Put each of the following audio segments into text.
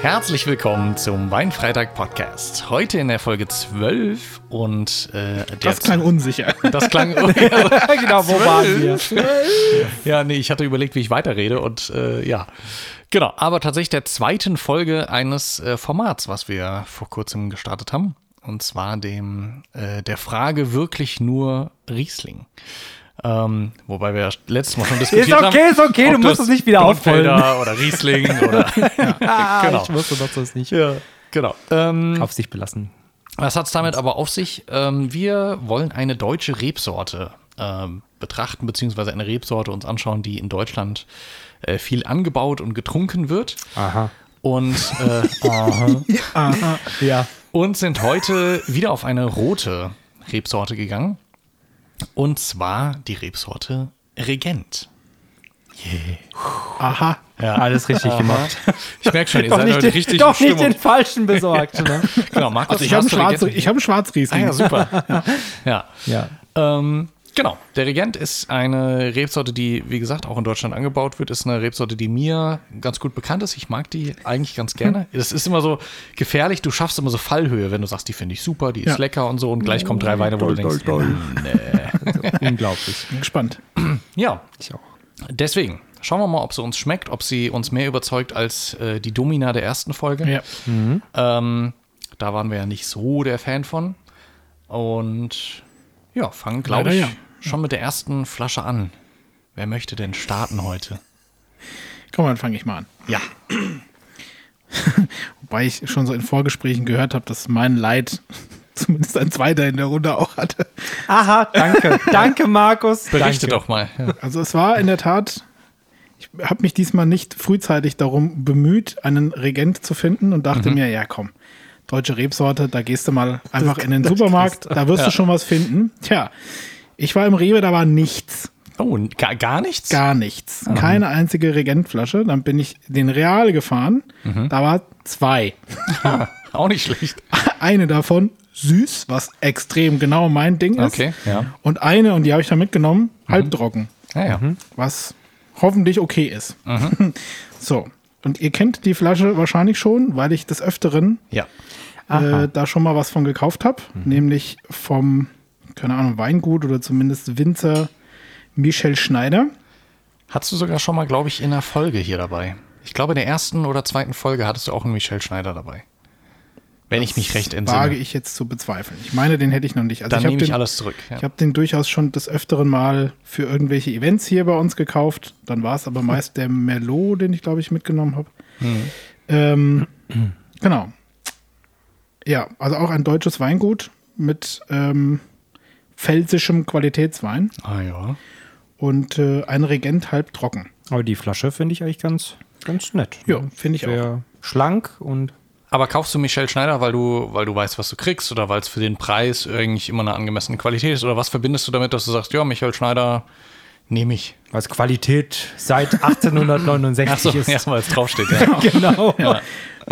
Herzlich willkommen zum Weinfreitag Podcast. Heute in der Folge 12 und äh, der Das klang unsicher. das klang genau, wo waren wir? Ja, nee, ich hatte überlegt, wie ich weiterrede und äh, ja. Genau, aber tatsächlich der zweiten Folge eines äh, Formats, was wir vor kurzem gestartet haben. Und zwar dem äh, der Frage wirklich nur Riesling. Ähm, wobei wir ja letztes Mal schon diskutiert haben. okay, ist okay, du ob musst das es nicht wieder Rotfelder Oder Riesling oder. Ah, Genau. Ich wusste doch das nicht. ja, genau. Ähm, Auf sich belassen. Was hat es damit aber auf sich? Ähm, wir wollen eine deutsche Rebsorte ähm, betrachten, beziehungsweise eine Rebsorte uns anschauen, die in Deutschland äh, viel angebaut und getrunken wird. Aha. Und, äh, Ja. und sind heute wieder auf eine rote Rebsorte gegangen. Und zwar die Rebsorte Regent. Aha. Alles richtig gemacht. Ich merke schon, ihr Doch, seid nicht heute den, richtig doch in nicht den Stimmung. falschen besorgt. Ne? Genau, Markus, Also ich habe einen, hast du Schwarz, Regent- ich hab einen Ah Schwarzriesling. ja, super. ja. ja. Ähm, genau. Der Regent ist eine Rebsorte, die, wie gesagt, auch in Deutschland angebaut wird. Ist eine Rebsorte, die mir ganz gut bekannt ist. Ich mag die eigentlich ganz gerne. Hm. Das ist immer so gefährlich. Du schaffst immer so Fallhöhe, wenn du sagst, die finde ich super, die ist Ja. Hm. lecker und so. Und gleich kommen drei Weine, wo du denkst, Unglaublich. Bin gespannt. ja. Ich auch. Deswegen. Schauen wir mal, ob sie uns schmeckt, ob sie uns mehr überzeugt als äh, die Domina der ersten Folge. Ja. Ähm, da waren wir ja nicht so der Fan von. Und ja, fangen, glaube Leider ich, ja. schon mit der ersten Flasche an. Wer möchte denn starten heute? Komm, dann fange ich mal an. Ja. Wobei ich schon so in Vorgesprächen gehört habe, dass mein Leid zumindest ein Zweiter in der Runde auch hatte. Aha, danke. danke, Markus. Berichte danke. doch mal. Ja. Also es war in der Tat, ich habe mich diesmal nicht frühzeitig darum bemüht, einen Regent zu finden und dachte mir, ja komm, deutsche Rebsorte, da gehst du mal einfach in den Supermarkt, da wirst du schon was finden. Tja, ich war im Rewe, da war nichts. Oh, n- gar, gar nichts? Ähm. Gar nichts. Keine einzige Regentflasche. Dann bin ich den Real gefahren. Mhm. Da war zwei. Auch nicht schlecht. Eine davon süß, was extrem genau mein Ding ist. Okay, ja. Mhm. Und eine, und die habe ich dann mitgenommen, halbtrocken, Ah, Ja, ja. was hoffentlich okay ist. Mhm. So. Und ihr kennt die Flasche wahrscheinlich schon, weil ich des Öfteren ja. äh, da schon mal was von gekauft habe, Mhm. nämlich vom, keine Ahnung, Weingut oder zumindest Winzer Michel Schneider. Hattest du sogar schon mal, glaube ich, in der Folge hier dabei. Ich glaube, in der ersten oder zweiten Folge hattest du auch einen Michel Schneider dabei. Wenn ich mich recht wage entsinne. ich jetzt zu bezweifeln. Ich meine, den hätte ich noch nicht. Also Dann ich hab nehme ich den, alles zurück. Ja. Ich habe den durchaus schon des Öfteren mal für irgendwelche Events hier bei uns gekauft. Dann war es Hm. aber meist der Merlot, den ich, glaube ich, mitgenommen habe. Ähm, genau. Ja, also auch ein deutsches Weingut mit ähm, pfälzischem Qualitätswein ah ja. und äh, ein Regent halb trocken. Aber die Flasche finde ich eigentlich ganz, ganz nett. Ne? Ja, Hm. finde ich auch. Sehr schlank und Aber kaufst du Michel Schneider, weil du, weil du weißt, was du kriegst oder weil es für den Preis irgendwie immer eine angemessene Qualität ist? Oder was verbindest du damit, dass du sagst, ja, Michel Schneider nehme ich? was Qualität seit 1869 Achso, ist. ja, weil es draufsteht. Ja. Genau.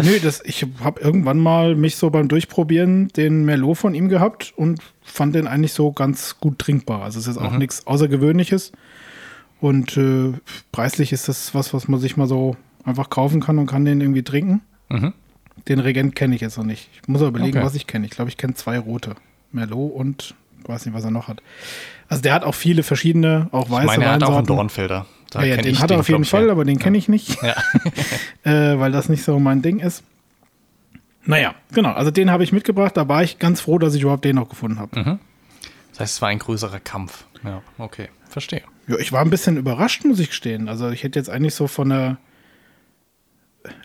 Nö, das, ich habe irgendwann mal mich so beim Durchprobieren den Merlot von ihm gehabt und fand den eigentlich so ganz gut trinkbar. Also es ist Mhm. auch nichts Außergewöhnliches. Und äh, preislich ist das was, was man sich mal so einfach kaufen kann und kann den irgendwie trinken. Den Regent kenne ich jetzt noch nicht. Ich muss aber überlegen, Mhm. Okay. was ich kenne. Ich glaube, ich kenne zwei rote. Merlot und weiß nicht, was er noch hat. Also der hat auch viele verschiedene, auch weiße Ich meine, er hat auch einen Weinsorten. Dornfelder. Da Ja, ja, kenn den ich hat er auf jeden glaub ich, ja. Fall, aber den kenne ich nicht Ja. äh, weil das nicht so mein Ding ist. Naja, genau. Also den habe ich mitgebracht. Da war ich ganz froh, dass ich überhaupt den noch gefunden habe. Mhm. Das heißt, es war ein größerer Kampf. Ja, okay. Verstehe. Ja, ich war ein bisschen überrascht, muss ich gestehen. Also ich hätte jetzt eigentlich so von einer.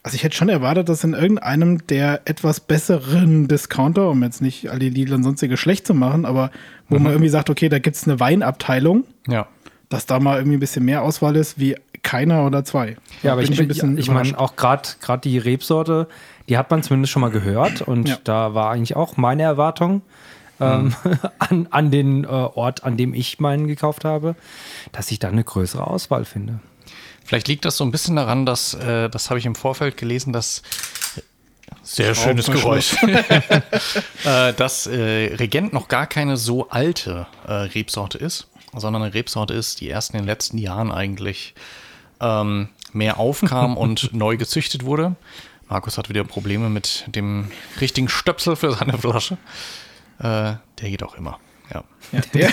Also ich hätte schon erwartet, dass in irgendeinem der etwas besseren Discounter, um jetzt nicht all die Lidl und sonstige schlecht zu machen, aber wo Mhm. man irgendwie sagt, okay, da gibt es eine Weinabteilung, Ja. dass da mal irgendwie ein bisschen mehr Auswahl ist wie keiner oder zwei. Ja, aber Bin ich, ein bin, bisschen ich überrascht. meine, auch gerade die Rebsorte, die hat man zumindest schon mal gehört und Ja. da war eigentlich auch meine Erwartung ähm, Mhm. an, an den äh, Ort, an dem ich meinen gekauft habe, dass ich da eine größere Auswahl finde. Vielleicht liegt das so ein bisschen daran, dass, äh, das habe ich im Vorfeld gelesen, dass sehr schönes Geräusch. äh, dass äh, Regent noch gar keine so alte äh, Rebsorte ist, sondern eine Rebsorte ist, die erst in den letzten Jahren eigentlich ähm, mehr aufkam und neu gezüchtet wurde. Markus hat wieder Probleme mit dem richtigen Stöpsel für seine Flasche. Äh, der geht auch immer. Ja. Der,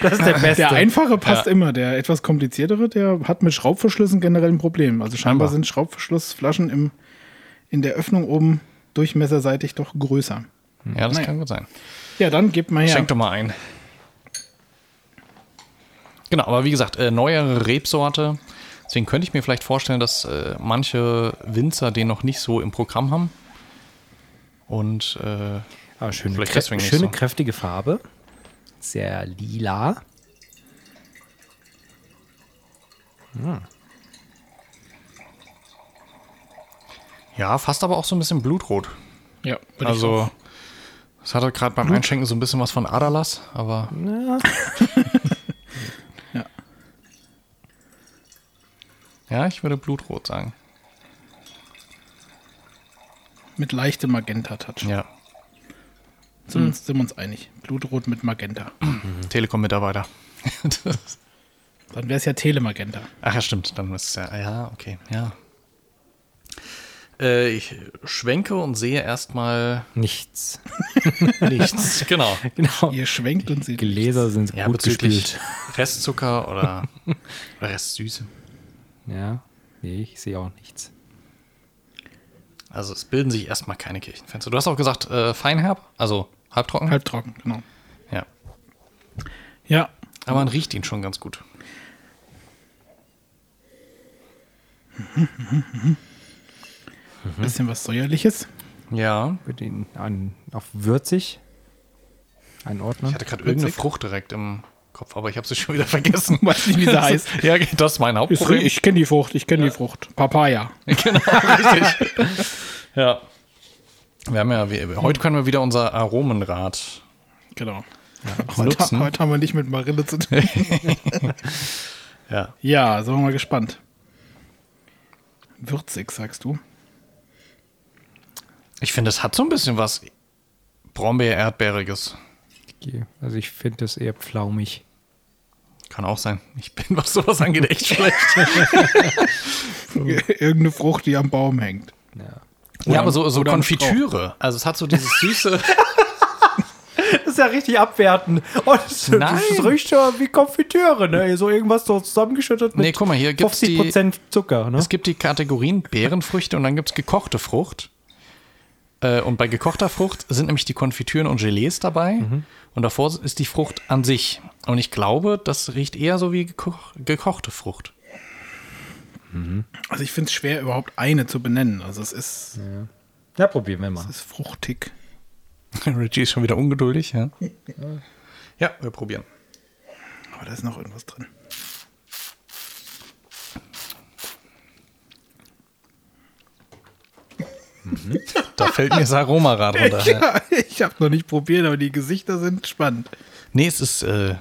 Das ist der Beste. der einfache passt immer. Der etwas kompliziertere, der hat mit Schraubverschlüssen generell ein Problem. Also Scheinbar. scheinbar sind Schraubverschlussflaschen im, in der Öffnung oben durchmesserseitig doch größer. ja, das Naja. kann gut sein. Ja, dann gebt mal her. Schenk doch mal ein. Genau, aber wie gesagt, äh, neuere Rebsorte. Deswegen könnte ich mir vielleicht vorstellen, dass äh, manche Winzer den noch nicht so im Programm haben. Und äh, Ah, schöne Vielleicht krä deswegen nicht schöne so. kräftige Farbe. Sehr lila. ja, fast aber auch so ein bisschen blutrot. Ja, würde ich Also, es hatte gerade beim Einschenken so ein bisschen was von Adalas, aber Ja. ja, ich würde blutrot sagen. mit leichtem Magenta-Touch. Ja, Sind, uns- sind wir uns einig. Blutrot mit Magenta. Telekom-Mitarbeiter. Dann wäre es ja Telemagenta. Ach ja, stimmt, dann ist es ja. Ja, okay, ja. Äh, ich schwenke und sehe erstmal Nichts. nichts. genau. Genau. Ihr schwenkt und seht. Gläser sind Ja, gut bezüglich gespült. Restzucker oder oder Restsüße. Ja. Nee, ich sehe auch nichts. Also es bilden sich erstmal keine Kirchenfenster. Du hast auch gesagt, äh, feinherb, also halbtrocken. Halbtrocken, genau. Ja. Ja, Aber man riecht ihn schon ganz gut. bisschen was Säuerliches. Ja. Wird ihn an, auf würzig einordnen. Ich hatte gerade irgendeine Frucht direkt im Kopf, aber ich habe sie schon wieder vergessen. Weiß nicht, wie sie heißt. Ja, das ist mein Ist, Hauptproblem. ich kenne die Frucht, ich kenne die Frucht. Papaya. Richtig. ja. Wir haben ja, wir, heute können wir wieder unser Aromenrad. Genau. heute, nutzen. heute haben wir nicht mit Marille zu tun. Ja. ja, sind wir mal gespannt. Würzig, sagst du? Ich finde, es hat so ein bisschen was Brombeer-Erdbeeriges. Okay. Also ich finde das eher pflaumig. Kann auch sein. Ich bin, was sowas angeht, echt schlecht. Mhm. Irgendeine Frucht, die am Baum hängt. Ja. ja, aber so, so oder ein Strauch. Konfitüre. Also es hat so dieses süße. Das ist ja richtig abwerten. Und das, Nein. das riecht ja wie Konfitüre, ne? So irgendwas so zusammengeschüttet mit Nee, guck mal, hier gibt's die- 50% Zucker, ne? es gibt die Kategorien Beerenfrüchte und dann gibt es gekochte Frucht. Äh, Und bei gekochter Frucht sind nämlich die Konfitüren und Gelees dabei. Und davor ist die Frucht an sich. Und ich glaube, das riecht eher so wie gekoch gekochte Frucht. Also ich finde es schwer, überhaupt eine zu benennen. Also es ist, Mhm. Ja, probieren wir mal. es ist fruchtig. Reggie ist schon wieder ungeduldig, ja. Ja, wir probieren. Aber da ist noch irgendwas drin. Da fällt mir das Aromarad runter. ja. Ja, ich habe noch nicht probiert, aber die Gesichter sind spannend. Nee, es ist. Äh,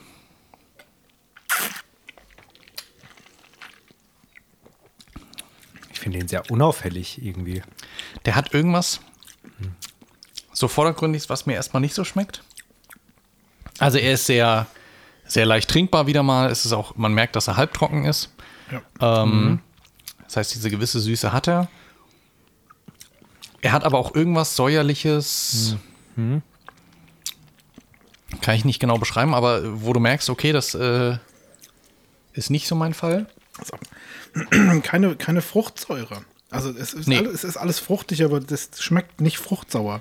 Ich finde den sehr unauffällig irgendwie. der hat irgendwas so vordergründig, was mir erstmal nicht so schmeckt. Also er ist sehr, sehr leicht trinkbar wieder mal. Es ist auch, man merkt, dass er halbtrocken ist. Ja. Ähm, Mhm. Das heißt, diese gewisse Süße hat er. Er hat aber auch irgendwas säuerliches. Mhm. Kann ich nicht genau beschreiben, aber wo du merkst, okay, das äh, ist nicht so mein Fall. Also, keine, keine Fruchtsäure. Also es ist, Nee. alles, es ist alles fruchtig, aber das schmeckt nicht fruchtsauer.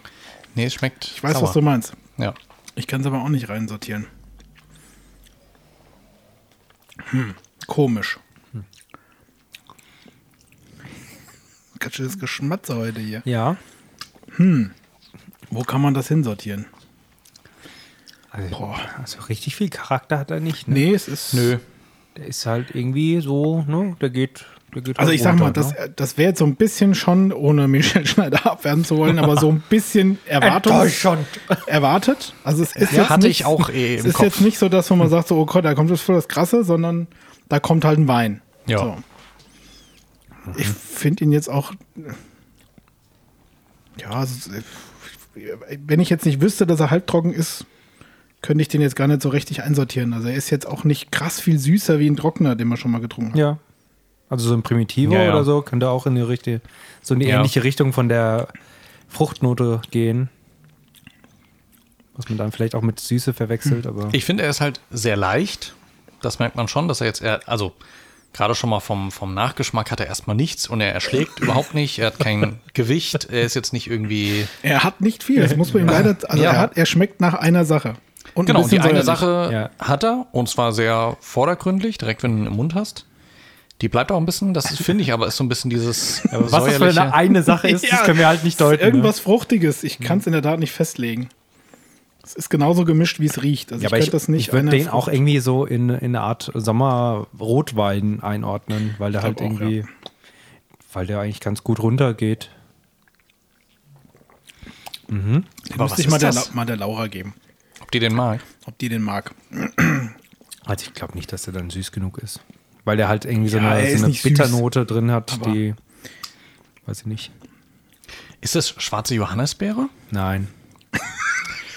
Nee, es schmeckt. Ich weiß, was du meinst. Ja. Ich kann es aber auch nicht reinsortieren. Hm, Hm, komisch. Ganz schönes Geschmatze heute hier. Ja. Wo kann man das hinsortieren? Also, Boah. also richtig viel Charakter hat er nicht. Ne? Nee, es ist. Nö. Der ist halt irgendwie so, ne? Der geht. Der geht Also halt ich sag mal, runter, das, ne? das wäre jetzt so ein bisschen schon, ohne Michel Schneider abwerten zu wollen, aber so ein bisschen Erwartungs Enttäuschend. erwartet. Also es ist Ja, jetzt hatte nicht, ich auch eh Es im ist Kopf. Hm. jetzt nicht so, dass wo man sagt, so, oh Gott, da kommt jetzt voll das Krasse, sondern da kommt halt ein Wein. Ja. So. Ich finde ihn jetzt auch. Ja, also, wenn ich jetzt nicht wüsste, dass er halbtrocken ist, könnte ich den jetzt gar nicht so richtig einsortieren. Also er ist jetzt auch nicht krass viel süßer wie ein Trockener, den man schon mal getrunken hat. Ja. Also so ein Primitivo Ja, ja. oder so könnte auch in die richtige, so in die Ja. ähnliche Richtung von der Fruchtnote gehen. Was man dann vielleicht auch mit Süße verwechselt, Hm. aber. Ich finde, er ist halt sehr leicht. Das merkt man schon, dass er jetzt eher, also gerade schon mal vom, vom Nachgeschmack hat er erstmal nichts und er erschlägt überhaupt nicht. Er hat kein Gewicht. Er ist jetzt nicht irgendwie. Er hat nicht viel, das muss man ihm leider. Also Ja. er, hat, er schmeckt nach einer Sache. Und ein Genau, und die bisschen eine säuerlich. Sache Ja. hat er und zwar sehr vordergründlich, direkt wenn du ihn im Mund hast. Die bleibt auch ein bisschen, das ist- finde ich aber, ist so ein bisschen dieses was das für eine, eine Sache ist, das Ja, können wir halt nicht deuten. Irgendwas Fruchtiges, ich kann es in der Tat nicht festlegen. Es ist genauso gemischt, wie es riecht. Also ich Ja, aber könnte ich, das nicht. ich würde einer den auch Frucht- irgendwie so in, in eine Art Sommerrotwein einordnen, weil der Ich halt glaub auch, irgendwie, weil der eigentlich ganz gut runtergeht. Den Aber was müsste ich mal ist der, das? La- mal der Laura geben, Ob die den mag. ob die den mag. Also ich glaube nicht, dass der dann süß genug ist. Weil der halt irgendwie so Ja, er eine, ist so eine nicht süß, Bitternote drin hat, aber- die weiß ich nicht. Ist das schwarze Johannisbeere? Nein.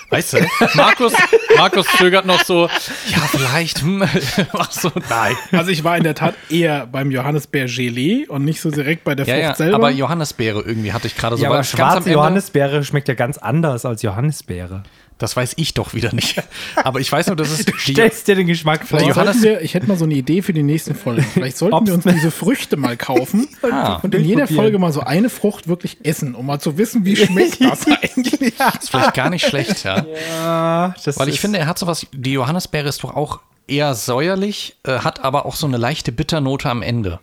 Weißt du, Markus, Markus zögert noch so, ja, vielleicht, hm, mach so, nein. Also ich war in der Tat eher beim Johannisbeer Gelee und nicht so direkt bei der Ja, Frucht ja, selber. aber Johannisbeere irgendwie hatte ich gerade so. ja, weil aber ganz am Also schwarze Ende- Johannisbeere schmeckt ja ganz anders als Johannisbeere. Das weiß ich doch wieder nicht. Aber ich weiß nur, dass es die, Stellst dir den Geschmack vor. Die Vielleicht Johannes- sollten wir, ich hätte mal so eine Idee für die nächsten Folgen. Vielleicht sollten wir uns diese Früchte mal kaufen Ah. und in jeder Durchprobieren. Folge mal so eine Frucht wirklich essen, um mal zu wissen, wie schmeckt das eigentlich. ist vielleicht gar nicht schlecht, ja. Ah, das Weil ich ist- finde, er hat sowas, die Johannisbeere ist doch auch eher säuerlich, äh, hat aber auch so eine leichte Bitternote am Ende.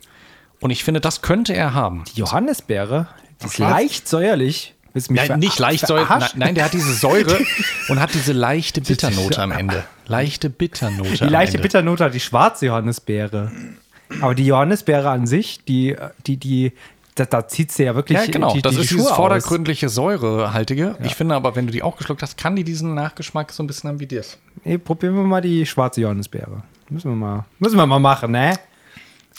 Und ich finde, das könnte er haben. die Johannisbeere die ist schwarz? leicht säuerlich. Willst du mich Nein, vera- nicht leicht säuerlich. Nein, verarschen? nein, der hat diese Säure und hat diese leichte Bitternote am Ende. Leichte Bitternote. Die leichte am Ende. Bitternote hat die schwarze Johannisbeere. Aber die Johannisbeere an sich, die, die, die, da, da zieht sie ja wirklich Ja, genau. die, die, das die ist Schuhe dieses aus. vordergründliche Säurehaltige. Ich finde aber, wenn du die auch geschluckt hast, kann die diesen Nachgeschmack so ein bisschen haben wie dir. Nee, probieren wir mal die schwarze Johannisbeere. Müssen wir mal, müssen wir mal machen, ne?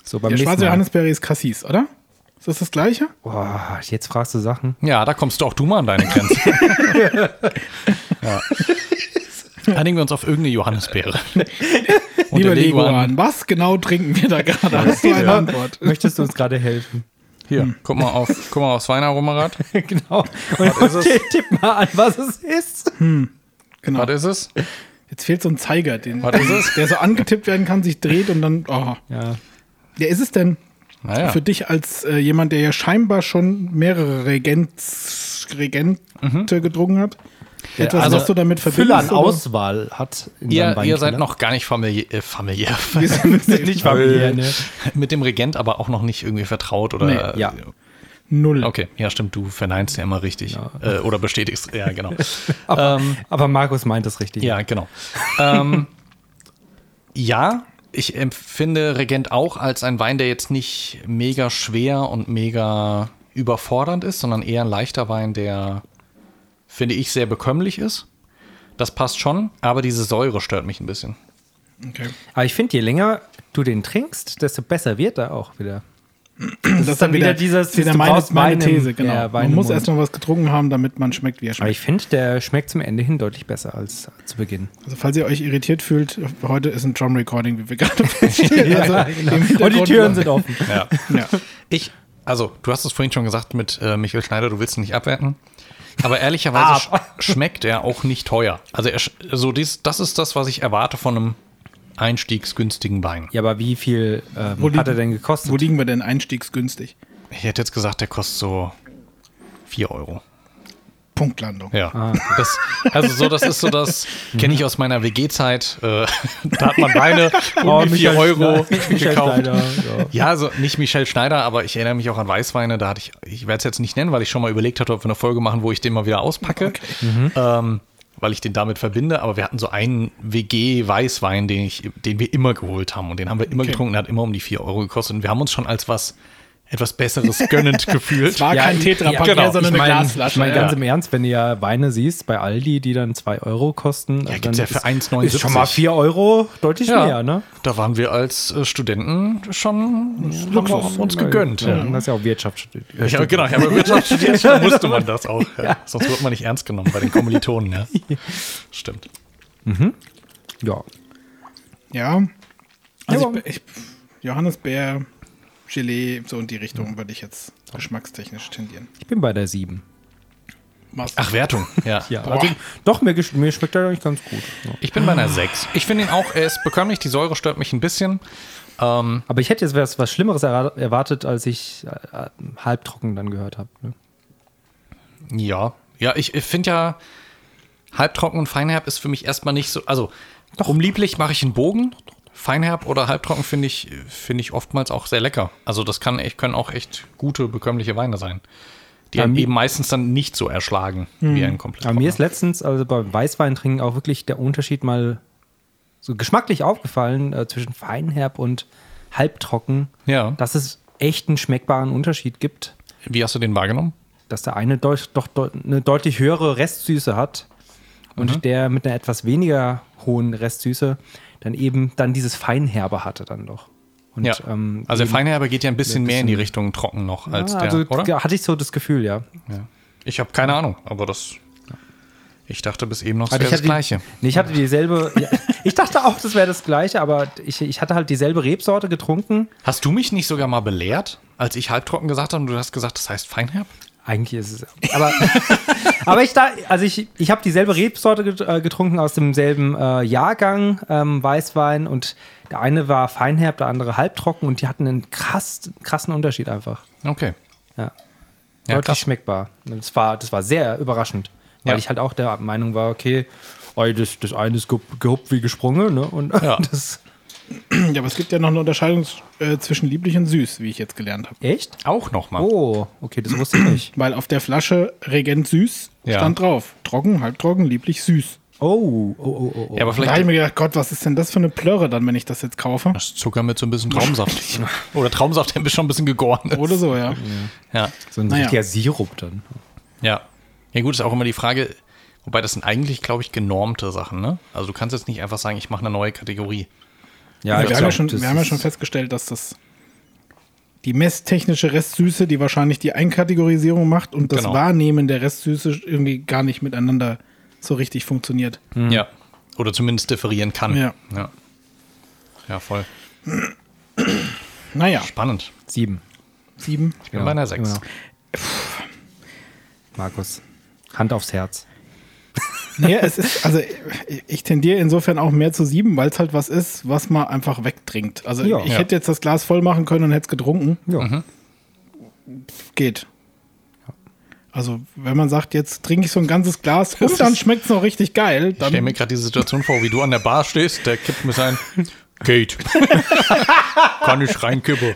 So beim Der nächsten schwarze Mal. Johannisbeere ist Cassis, oder? Ist das das gleiche? Boah, jetzt fragst du Sachen. Ja, da kommst du auch du mal an deine Grenzen. ja. Einigen wir uns auf irgendeine Johannisbeere. Und Lieber der Leguan- Leguan, was genau trinken wir da gerade? Hast du eine Antwort? Möchtest du uns gerade helfen? Hier, guck mal auf, guck mal aufs Weinaromarat. genau. Und ist es? tipp mal an, was es ist. Genau. Was ist es? Jetzt fehlt so ein Zeiger, den, Was ist es? der so angetippt werden kann, sich dreht und dann. Oh. Ja. Wer ist es denn? Naja. Für dich als äh, jemand, der ja scheinbar schon mehrere Regents, Regente getrunken hat. Etwas, also was du damit Füller an verbindest? oder? Auswahl hat in seinem Ihr, ihr Weinkiller. seid noch gar nicht familiär, äh, familiär Wir sind Sind nicht familiär, ne? mit dem Regent, aber auch noch nicht irgendwie vertraut oder. Nee, ja. Null. Okay, ja, stimmt, du verneinst ja immer richtig. Äh, oder bestätigst. Ja, genau. Aber, aber Markus meint es richtig. Ja, genau. ähm, ja, ich empfinde Regent auch als ein Wein, der jetzt nicht mega schwer und mega überfordernd ist, sondern eher ein leichter Wein, der, finde ich, sehr bekömmlich ist. Das passt schon, aber diese Säure stört mich ein bisschen. Okay. Aber ich finde, je länger du den trinkst, desto besser wird er auch wieder. Das, ist dann wieder dieses, wieder du meine, brauchst meine Wein im- These, genau. ja, Wein Man im muss Mund. erstmal was getrunken haben, damit man schmeckt, wie er Aber schmeckt. ich finde, der schmeckt zum Ende hin deutlich besser als zu Beginn. Also, falls ihr euch irritiert fühlt, heute ist ein Drum Recording, wie wir gerade feststellen. Also, im genau. Und die Hintergrund- Türen sind offen. Ja. Ja. Ich, also, du hast es vorhin schon gesagt mit äh, Michael Schneider, du willst ihn nicht abwerten. Aber ehrlicherweise sch Ab. schmeckt er auch nicht teuer. Also, er, sch- so dies, das ist das, was ich erwarte von einem einstiegsgünstigen Wein. Ja, aber wie viel Wo ähm, liegen- hat er denn Wo gekostet? liegen wir denn einstiegsgünstig? Ich hätte jetzt gesagt, der kostet so 4 Euro. Punktlandung. Ja. Das, also so, das ist so das, kenne ich aus meiner WG-Zeit. Äh, da hat man Weine um Oh, die 4 Euro gekauft. Ja, also nicht Michel Schneider, aber ich erinnere mich auch an Weißweine. Da hatte ich, ich werde es jetzt nicht nennen, weil ich schon mal überlegt hatte, ob wir eine Folge machen, wo ich den mal wieder auspacke. Ähm, weil ich den damit verbinde, aber wir hatten so einen WG-Weißwein, den, ich, den wir immer geholt haben. Und den haben wir immer Okay. getrunken, der hat immer um die 4 Euro gekostet. Und wir haben uns schon als was etwas Besseres gönnend gefühlt. War kein Tetrapack genau. mehr, sondern ich eine meine ich Glasflasche. mein ganz ja. im Ernst, wenn du ja Weine siehst bei Aldi, die dann 2 Euro Ja, kosten, äh, dann gibt's ja für ist- 1,79. ist schon mal 4 Euro deutlich mehr, ne? Da waren wir als äh, Studenten schon haben wir Luxus. uns gegönnt. Ja. Das ist ja auch Wirtschaft. Ich habe, genau, ich habe Wirtschaft studiert, da musste man das auch. Ja. Sonst wird man nicht ernst genommen bei den Kommilitonen. Ja. Stimmt. Ja. Ja. Also Ja. ich, ich, Johannisbeer, Gelee, so in die Richtung würde ich jetzt geschmackstechnisch tendieren. Ich bin bei der 7. Mach's. Ach, Wertung. Ja. Ja, Boah. also, doch, mir, gesch- mir schmeckt er eigentlich ganz gut. Ja. Ich bin bei einer 6. Ich finde ihn auch, er ist bekömmlich, die Säure stört mich ein bisschen. Ähm, Aber ich hätte jetzt was, was Schlimmeres erra- erwartet, als ich äh, äh, halbtrocken dann gehört habe. Ne? ja. Ja, ich, ich finde ja, halbtrocken und feinherb ist für mich erstmal nicht so. Also, um lieblich mache ich einen Bogen. Feinherb oder halbtrocken finde ich, finde ich oftmals auch sehr lecker. Also, das kann echt, können auch echt gute, bekömmliche Weine sein. Die Bei einen mir- eben meistens dann nicht so erschlagen wie ein komplett. Aber trockener. mir ist letztens, also beim Weißwein trinken, auch wirklich der Unterschied mal so geschmacklich aufgefallen äh, zwischen feinherb und halbtrocken, ja. dass es echt einen schmeckbaren Unterschied gibt, Wie hast du den wahrgenommen? dass der eine deut doch deut eine deutlich höhere Restsüße hat und Mhm. der mit einer etwas weniger hohen Restsüße dann eben dann dieses Feinherbe hatte dann doch. Und, ja. ähm, also, der eben- Feinherbe geht ja ein bisschen ein mehr in die bisschen- Richtung trocken noch als Ja, der. also, oder? Hatte ich so das Gefühl, ja. Ja. Ich habe keine Ahnung, aber das. Ich dachte bis eben noch, es Also wäre ich das hatte die- Gleiche. Nee, ich hatte dieselbe. ja, ich dachte auch, das wäre das Gleiche, aber ich, ich hatte halt dieselbe Rebsorte getrunken. Hast du mich nicht sogar mal belehrt, als ich halbtrocken gesagt habe und du hast gesagt, das heißt Feinherb? Eigentlich ist es. Aber, aber ich da, also ich, ich habe dieselbe Rebsorte get- äh, getrunken aus demselben äh, Jahrgang ähm, Weißwein und der eine war feinherb, der andere halbtrocken und die hatten einen krass, krassen Unterschied einfach. Okay. Ja. Ja, Deutlich krass. schmeckbar. Das war, das war sehr überraschend, weil Ja. ich halt auch der Meinung war, okay, oi, das, das eine ist gehup- gehuppt wie gesprungen, ne? Und Ja. das. Ja, aber es gibt ja noch eine Unterscheidung äh, zwischen lieblich und süß, wie ich jetzt gelernt habe. Echt? Auch nochmal. Oh, okay, das wusste ich nicht. Weil auf der Flasche Regent süß Ja. stand drauf. Trocken, halbtrocken, lieblich, süß. Oh, oh, oh, oh. oh. Ja, aber Da habe ich vielleicht mir gedacht, Gott, was ist denn das für eine Plörre dann, wenn ich das jetzt kaufe? Das ist Zucker mit so ein bisschen Traumsaft. Oder Traumsaft, der schon ein bisschen gegoren ist. Oder so, ja. Oh. Ja. so ein naja. richtiger Sirup dann. ja. Ja, gut, ist auch immer die Frage, wobei das sind eigentlich, glaube ich, genormte Sachen, ne? Also du kannst jetzt nicht einfach sagen, ich mache eine neue Kategorie. Ja, Also wir, haben ja glaub, schon, das wir haben ja ist- schon festgestellt, dass das die messtechnische Restsüße, die wahrscheinlich die Einkategorisierung macht und das Genau. Wahrnehmen der Restsüße irgendwie gar nicht miteinander so richtig funktioniert. Hm. Ja. Oder zumindest differieren kann. Mhm. Ja. Ja, ja voll. Naja, Spannend. Sieben. sieben. Ich bin bei einer 6. immer. Markus, Hand aufs Herz. Ja, es ist, also ich- ich tendiere insofern auch mehr zu sieben, weil es halt was ist, was man einfach wegtrinkt. Also Ja. ich Ja. hätte jetzt das Glas voll machen können und hätte es getrunken. Ja. Mhm. Geht. Also, wenn man sagt, jetzt trinke ich so ein ganzes Glas und dann schmeckt es noch richtig geil, Ich stelle dann mir gerade die Situation vor, wie du an der Bar stehst, der kippt mir sein Geht. Kann ich reinkippen.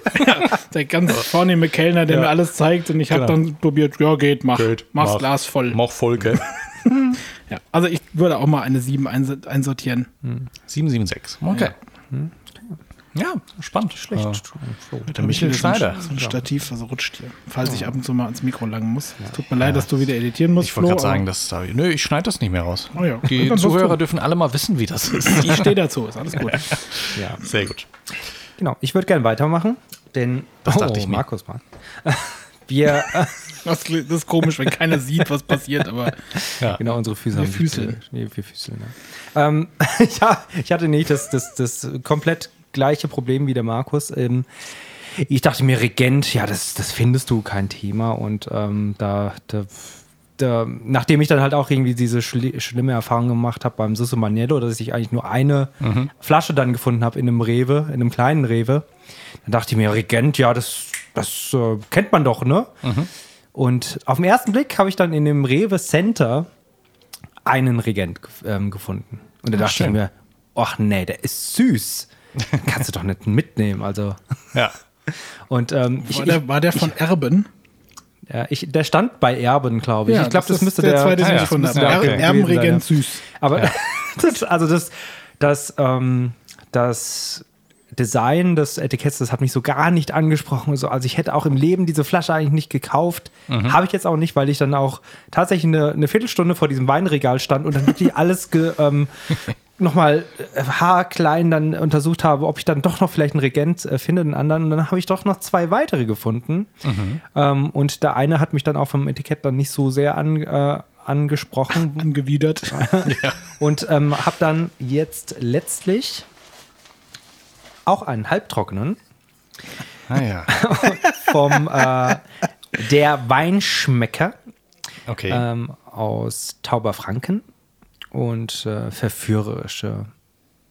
der ganz vornehme Kellner, der mir alles zeigt und ich habe Genau. dann probiert, ja, geht, mach, Geht. mach's mach. Glas voll. Mach voll, gell? Ja. Also, ich würde auch mal eine sieben eins- einsortieren. 776. Okay. Hm? Ja, spannend. Schlecht. der Michael so ein- Schneider. So ein Stativ, also rutscht hier. Falls ich ab und zu mal ans Mikro langen muss. Es tut mir leid, dass du wieder editieren musst. Ich wollte gerade Flo, aber sagen, das da, Nö, ich schneide das nicht mehr raus. Oh ja. Die Dann sagst Zuhörer du. dürfen alle mal wissen, wie das ist. Ich stehe dazu, ist alles gut. ja. Sehr gut. Genau, ich würde gerne weitermachen, denn. Oh, Das dachte ich mir. Markus, Mann. Wir, äh, Das, das ist komisch, wenn keiner sieht, was passiert, aber Ja. genau, unsere Füße Wir haben sich- füßeln. Nee, wir füßeln, ja. Ähm, ja, ich hatte nicht das, das, das komplett gleiche Problem wie der Markus. Ähm, ich dachte mir, Regent, ja, das, das findest du kein Thema. Und ähm, da, da, da, nachdem ich dann halt auch irgendwie diese schli schlimme Erfahrung gemacht habe beim Susso Maniello, dass ich eigentlich nur eine Flasche dann gefunden habe in einem Rewe, in einem kleinen Rewe, dann dachte ich mir, Regent, ja, das, das äh, kennt man doch, ne? Und auf den ersten Blick habe ich dann in dem Rewe Center einen Regent gef- ähm, gefunden. Und da Ach, dachte schön. ich mir, ach nee, der ist süß. Den Kannst du doch nicht mitnehmen. Also. Ja. Und ähm, ich, war ich, der, war der von Erben? ja, ich, der stand bei Erben, glaube ich. ich glaube, das, ist müsste der, der, zweite, ah den ja, ich das von Erm- müsste habe. der Erben, Erben Erbenregent gewesen süß. Aber das, also das, das, ähm, Design des Etiketts, das hat mich so gar nicht angesprochen. So, Also ich hätte auch im Leben diese Flasche eigentlich nicht gekauft. Habe ich jetzt auch nicht, weil ich dann auch tatsächlich eine, eine Viertelstunde vor diesem Weinregal stand und dann wirklich alles ge, ähm, nochmal äh, haarklein dann untersucht habe, ob ich dann doch noch vielleicht einen Regent äh, finde, einen anderen. Und dann habe ich doch noch zwei weitere gefunden. Ähm, und der eine hat mich dann auch vom Etikett dann nicht so sehr an, äh, angesprochen. angewidert. Und ähm, habe dann jetzt letztlich auch einen halbtrockenen Ah ja, vom äh, der Weinschmecker okay. ähm, aus Tauberfranken und äh, verführerische,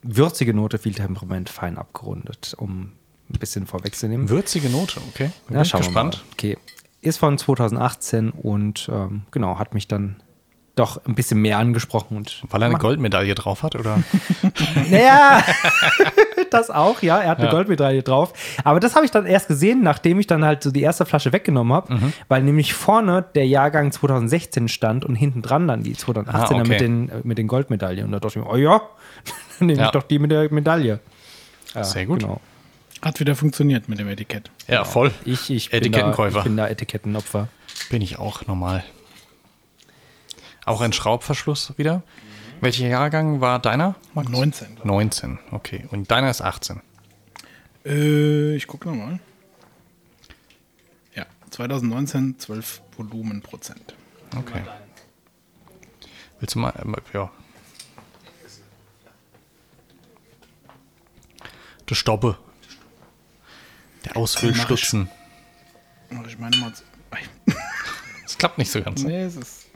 würzige Note, viel Temperament, fein abgerundet, um ein bisschen vorwegzunehmen. Würzige Note, okay. Bin Na, schauen wir mal. gespannt. Okay. Ist von 2018 und ähm, genau, hat mich dann doch ein bisschen mehr angesprochen und Weil er eine Goldmedaille drauf hat, oder? Naja, das auch, ja. Er hat eine Goldmedaille drauf. Aber das habe ich dann erst gesehen, nachdem ich dann halt so die erste Flasche weggenommen habe, Mhm. weil nämlich vorne der Jahrgang 2016 stand und hinten dran dann die 2018er Ah, okay. mit, den, äh, mit den Goldmedaillen. Und da dachte ich mir, oh ja, dann nehme Ja. ich doch die mit der Medaille. Ja, Sehr gut. Genau. Hat wieder funktioniert mit dem Etikett. Ja, voll. Ich, ich, bin da, Etikettenkäufer. ich bin da Etikettenopfer. Bin ich auch normal. Auch ein Schraubverschluss wieder. Welcher Jahrgang war deiner? Markus? 19. 19, okay. Und deiner ist 18. Äh, ich gucke nochmal. Ja, 2019 12 Volumenprozent. Okay. Willst du mal? ähm, Ja. Der Stoppe. Der Ausfüllstutzen. Mach Also ich meine mal. zu- Das klappt nicht so ganz. Nee, es ist.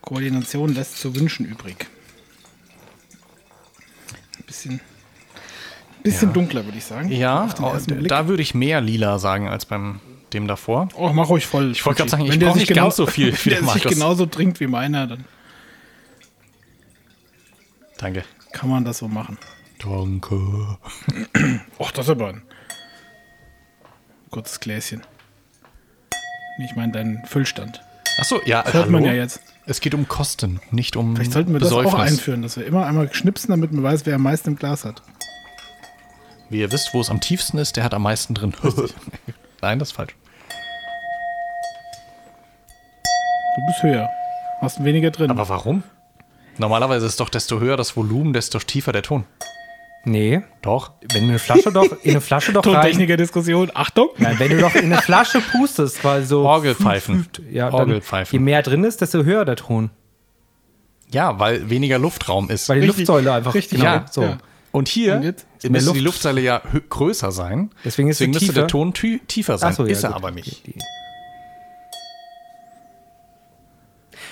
Koordination lässt zu wünschen übrig. Ein bisschen. Bisschen dunkler, würde ich sagen. Ja, Auf den oh, ersten d- Blick. da würde ich mehr lila sagen als beim dem davor. Oh, mach ruhig voll. Ich wollte gerade sagen, ich brauch nicht ganz so viel wie genau Wenn der der sich Markus. genauso trinkt wie meiner, dann Danke. kann man das so machen. Danke. Och, das ist aber ein kurzes Gläschen. Ich meine, deinen Füllstand. Achso, ja. Das hört man ja jetzt. Es geht um Kosten, nicht um Vielleicht sollten wir Besäufnis. das auch einführen, dass wir immer einmal schnipsen, damit man weiß, wer am meisten im Glas hat. Wie ihr wisst, wo es am tiefsten ist, der hat am meisten drin. Nein, das ist falsch. Du bist höher. Hast weniger drin. Aber warum? Normalerweise ist doch desto höher das Volumen, desto tiefer der Ton. Nee, Doch. wenn du eine Flasche doch, in eine Flasche doch rein, Tontechniker-Diskussion. Achtung! Nein, wenn du doch in eine Flasche pustest, weil so. Orgelpfeifen. Ja, dann, Orgelpfeifen. Je mehr drin ist, desto höher der Ton. Ja, weil weniger Luftraum ist. Weil die Richtig, Luftsäule einfach. genau richtig, ja. So. Ja. Und hier Und jetzt? müsste Mehr die Luft. Luftsäule ja hö- größer sein. Deswegen ist sie müsste der tiefer. Ton tü- tiefer sein. Ach so, ja, ist er gut. aber nicht. Die-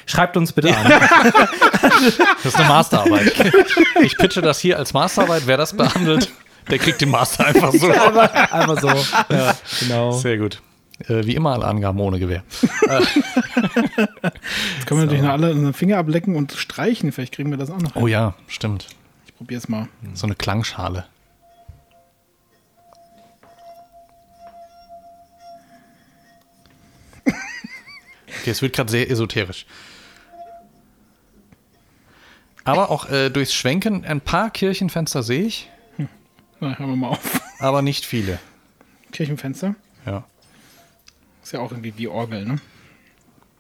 Schreibt uns bitte an. Das ist eine Masterarbeit. ich pitche das hier als Masterarbeit. Wer das behandelt, der kriegt den Master einfach so. Einfach so. Ja, genau. Sehr gut. Äh, wie immer alle Angaben ohne Gewehr. Jetzt können wir natürlich noch alle unseren Finger ablecken und streichen. Vielleicht kriegen wir das auch noch. hin. Oh ja, stimmt. Ich probiere es mal. So eine Klangschale. Okay, es wird gerade sehr esoterisch. Aber auch äh, durchs Schwenken ein paar Kirchenfenster sehe ich, Na, hören wir mal auf. aber nicht viele. Kirchenfenster. Ja. Ist ja auch irgendwie wie Orgel, ne?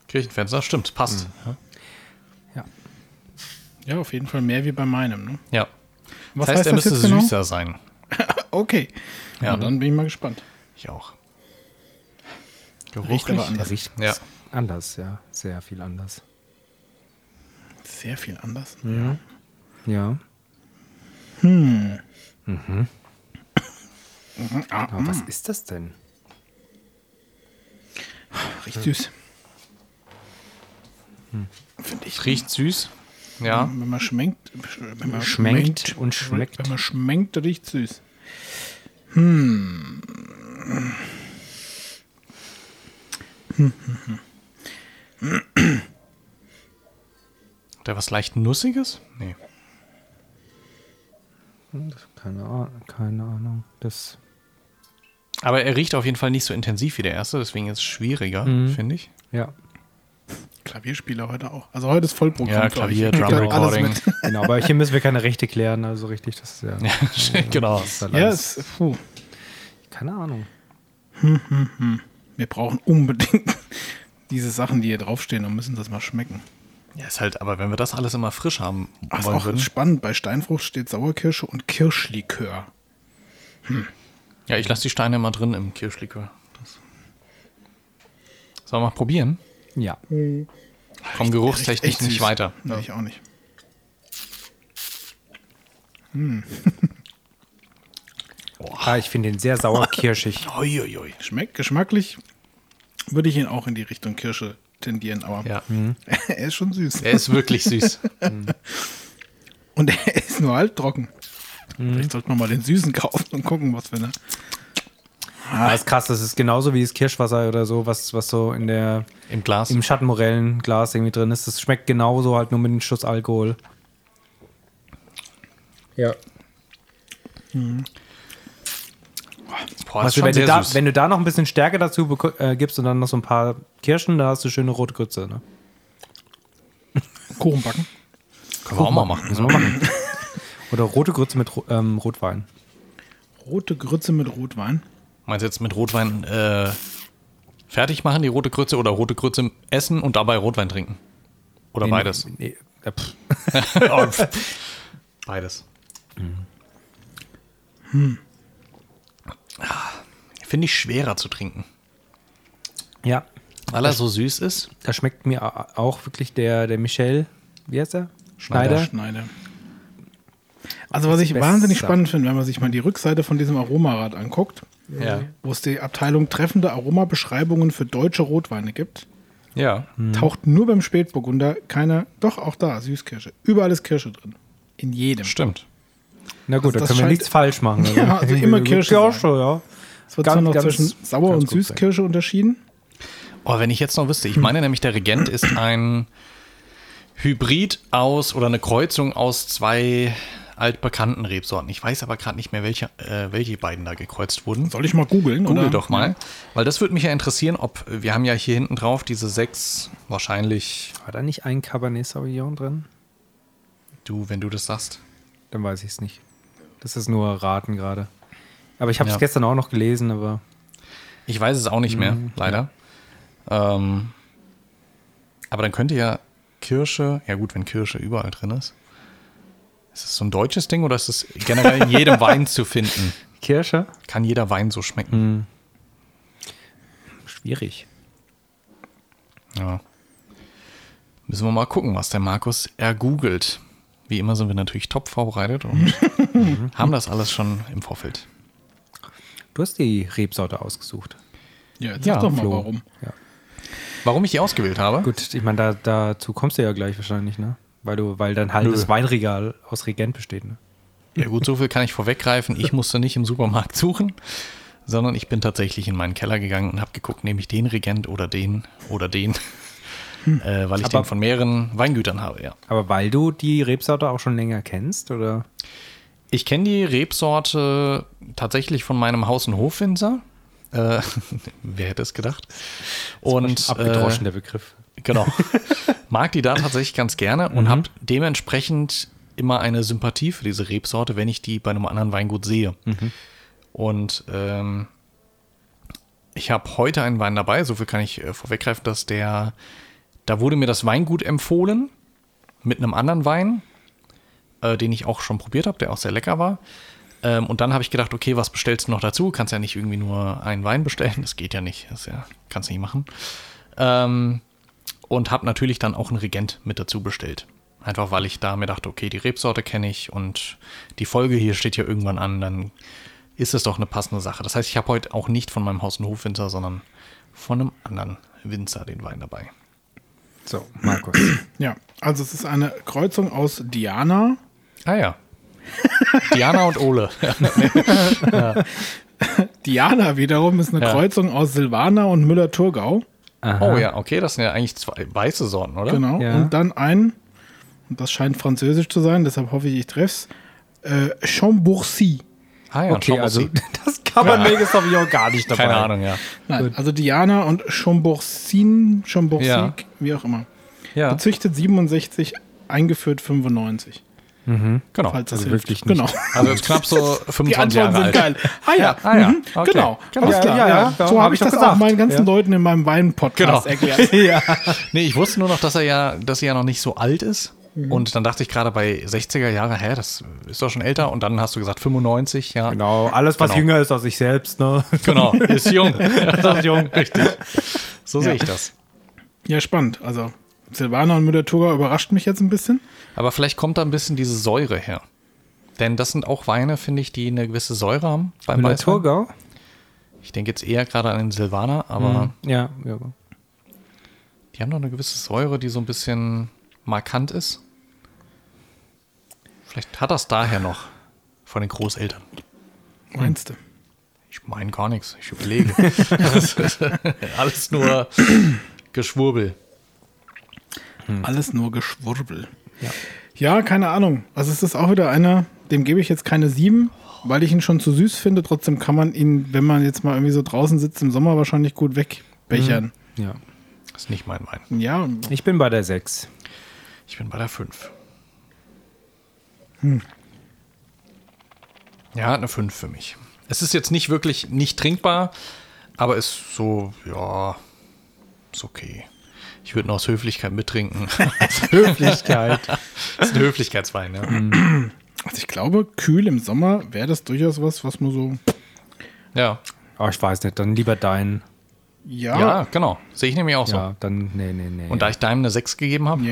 Kirchenfenster, stimmt, passt. Ja, auf jeden Fall mehr wie bei meinem, ne? Ja. Was Das genau? heißt, er müsste süßer sein. Okay. Ja. Ja, dann bin ich mal gespannt. Ich auch. Riecht aber Geruchlich? anders. Der riecht Ja. anders, ja. Sehr viel anders. Sehr viel anders. ne? Ja. Mhm. Ah, Aber was ist das denn? Hm. riecht süß. Finde ich. Riecht süß. Ja. Wenn man schmenkt, wenn man Schmenkt schmenkt und schmeckt. Wenn man schmenkt, riecht süß. Hat er was leicht Nussiges? Nee. Hm, Keine Ahnung. Keine Ahnung. Das. Mhm. Aber er riecht auf jeden Fall nicht so intensiv wie der erste, deswegen ist es schwieriger, finde ich. Ja. Klavierspieler heute auch. Also heute ist Vollprogramm. Ja, glaub Klavier, Drum Alles Recording. mit. Genau, aber hier müssen wir keine Rechte klären, also richtig, das ist ja. genau. das ist halt Ja, alles- es, puh, Keine Ahnung. wir brauchen unbedingt diese Sachen, die hier draufstehen und müssen das mal schmecken. Ja, ist halt, aber wenn wir das alles immer frisch haben Ach, ist wollen auch würden. spannend. Bei Steinfrucht steht Sauerkirsche und Kirschlikör. Ja, ich lasse die Steine immer drin im Kirschlikör. Das. Sollen wir mal probieren? Ja. Vom Geruchstechnisch Echt nicht süß. weiter. Nee, ich auch nicht. Ah, ich finde den sehr sauer kirschig. Uiuiui. Schmeckt geschmacklich. Würde ich ihn auch in die Richtung Kirsche tendieren, aber Ja. er ist schon süß. Der ist wirklich süß. Und er ist nur halbtrocken. Mhm. Vielleicht sollten wir mal den süßen kaufen und gucken, was wir da. Ah, ist krass, das ist genauso wie das Kirschwasser oder so, was, was so in der Im Glas. im Schattenmorellenglas irgendwie drin ist. Das schmeckt genauso halt nur mit einem Schuss Alkohol. Ja. Boah, das ist Also, schon wenn, du sehr da, süß. wenn du da noch ein bisschen Stärke dazu beko- äh, gibst und dann noch so ein paar Kirschen, da hast du schöne rote Grütze. Ne? Kuchen backen. Können wir auch mal machen. Müssen wir machen. Oder rote Grütze mit Ro- ähm, Rotwein. Rote Grütze mit Rotwein. Meinst du jetzt mit Rotwein äh, fertig machen, die rote Grütze, oder rote Grütze essen und dabei Rotwein trinken? Oder Nee, beides? Nee, äh, pff. Oh, pff. beides. Hm. Finde ich schwerer zu trinken. ja, Weil er so süß ist. da schmeckt mir a- auch wirklich der, der Michel, wie heißt er? Schneider. Schneide. Schneider. Also, was ich Besser. wahnsinnig spannend finde, wenn man sich mal die Rückseite von diesem Aromarad anguckt, Ja. wo es die Abteilung treffende Aromabeschreibungen für deutsche Rotweine gibt, Ja. Mhm. taucht nur beim Spätburgunder keiner, doch auch da, Süßkirsche. Überall ist Kirsche drin. In jedem. Stimmt. Na gut, Also Das- da das können wir scheint- nichts falsch machen. Ja, also immer Kirsche Kirsche ja. Es wird Ganz- zwar noch ganz- zwischen Sauer- ganz und gut sein. Süßkirsche unterschieden. Oh, wenn ich jetzt noch wüsste, ich meine nämlich, der Regent ist ein Hybrid aus oder eine Kreuzung aus zwei altbekannten Rebsorten. Ich weiß aber gerade nicht mehr, welche, äh, welche beiden da gekreuzt wurden. Soll ich mal googeln? Google oder? doch mal, weil das würde mich ja interessieren, ob wir haben ja hier hinten drauf diese sechs wahrscheinlich War da nicht ein Cabernet Sauvignon drin? du, wenn du das sagst. Dann weiß ich es nicht. Das ist nur Raten gerade. Aber ich habe es Ja. gestern auch noch gelesen, aber Ich weiß es auch nicht mehr, leider. Ähm, aber dann könnte ja Kirsche, ja gut, wenn Kirsche überall drin ist. Ist das so ein deutsches Ding oder ist es generell in jedem Wein zu finden? Kirsche? Kann jeder Wein so schmecken? Schwierig. Ja. Müssen wir mal gucken, was der Markus ergoogelt. Wie immer sind wir natürlich top vorbereitet und haben das alles schon im Vorfeld. Du hast die Rebsorte ausgesucht. Ja, jetzt Ja, sag doch mal Flo. warum. Ja. Warum ich die ausgewählt habe? Gut, ich meine, da, dazu kommst du ja gleich wahrscheinlich, ne? Weil du, weil dein halbes Weinregal aus Regent besteht, ne? Ja gut, so viel kann ich vorweggreifen. Ich musste nicht im Supermarkt suchen, sondern ich bin tatsächlich in meinen Keller gegangen und habe geguckt, nehme ich den Regent oder den oder den, äh, weil ich Hm. Aber- den von mehreren Weingütern habe, ja. Aber weil du die Rebsorte auch schon länger kennst, oder? Ich kenne die Rebsorte tatsächlich von meinem Haus- und Hofwinzer. Äh, wer hätte es gedacht? Und äh, Abgedroschen der Begriff. Genau. Mag die da tatsächlich ganz gerne und habe dementsprechend immer eine Sympathie für diese Rebsorte, wenn ich die bei einem anderen Weingut sehe. Und ähm, ich habe heute einen Wein dabei, so viel kann ich äh, vorweggreifen, dass der, da wurde mir das Weingut empfohlen mit einem anderen Wein, äh, den ich auch schon probiert habe, der auch sehr lecker war. Ähm, und dann habe ich gedacht, okay, was bestellst du noch dazu? Kannst ja nicht irgendwie nur einen Wein bestellen, das geht ja nicht, das ist ja, kannst nicht machen. Ähm, und habe natürlich dann auch einen Regent mit dazu bestellt. Einfach weil ich da mir dachte, okay, die Rebsorte kenne ich und die Folge hier steht ja irgendwann an, dann ist es doch eine passende Sache. Das heißt, ich habe heute auch nicht von meinem Haus- und Hofwinzer, sondern von einem anderen Winzer den Wein dabei. So, Markus. Ja, also es ist eine Kreuzung aus Diana, Ah ja. Diana und Ole. Diana wiederum ist eine Ja. Kreuzung aus Silvana und Müller-Thurgau. Oh ja, okay, das sind ja eigentlich zwei weiße Sorten, oder? Genau. Ja. Und dann ein, und das scheint französisch zu sein, deshalb hoffe ich, ich treff's. Äh, Chambourcy. Ah ja, Okay, Chambourcy. also das Cabernet Sauvignon gar nicht dabei. keine Ahnung, ja. Nein, also Diana und Chambourcin, Chambourcy, Ja. wie auch immer. Ja. Gezüchtet 67, eingeführt 95. Genau. Falls das Also hilft. wirklich nicht. Genau. Also jetzt knapp so 25 Die Jahre Antworten sind alt. geil. Ah ja, Ah ja, mhm, okay. genau. Genau. Alles klar. Ja, ja, ja, so hab habe ich ich doch das auch gesagt. meinen ganzen Ja. Leuten in meinem Wein-Podcast Genau. erklärt. ja. Nee, ich wusste nur noch, dass er ja, dass sie ja noch nicht so alt ist. Und dann dachte ich gerade bei 60er Jahre, hä, das ist doch schon älter. Und dann hast du gesagt 95, ja. Genau, alles, was Genau. jünger ist als ich selbst, ne? Genau, ist jung. Das ist jung. Richtig. So sehe ich das. Ja, spannend. Also, Silvana und Müller-Turga überrascht mich jetzt ein bisschen. Aber vielleicht kommt da ein bisschen diese Säure her. Denn das sind auch Weine, finde ich, die eine gewisse Säure haben beim Müller Weißwein. Thurgau? Ich denke jetzt eher gerade an den Silvaner, aber Ja, ja. die haben doch eine gewisse Säure, die so ein bisschen markant ist. Vielleicht hat das daher noch von den Großeltern. Hm. Meinst du? Ich meine gar nichts, ich überlege. Das ist Alles nur Geschwurbel. Hm. Alles nur Geschwurbel. Ja. keine Ahnung. Also, es ist auch wieder einer, dem gebe ich jetzt keine sieben, weil ich ihn schon zu süß finde. Trotzdem kann man ihn, wenn man jetzt mal irgendwie so draußen sitzt, im Sommer wahrscheinlich gut wegbechern. ja. Das ist nicht mein Wein. Ja, Ich bin bei der 6. Ich bin bei der 5. Hm. Ja, eine 5 für mich. Es ist jetzt nicht wirklich nicht trinkbar, aber ist so, ja, ist okay. Ich würde ihn aus Höflichkeit mittrinken. Höflichkeit. Hm. ist ein Höflichkeitswein, ja. also ich glaube, kühl im Sommer wäre das durchaus was, was man so. Ja, Oh, ich weiß nicht, dann lieber dein. Ja, ja ja. genau. Sehe ich nämlich auch Ja, dann, nee, nee, nee. so. Und da ich deinem eine 6 gegeben habe,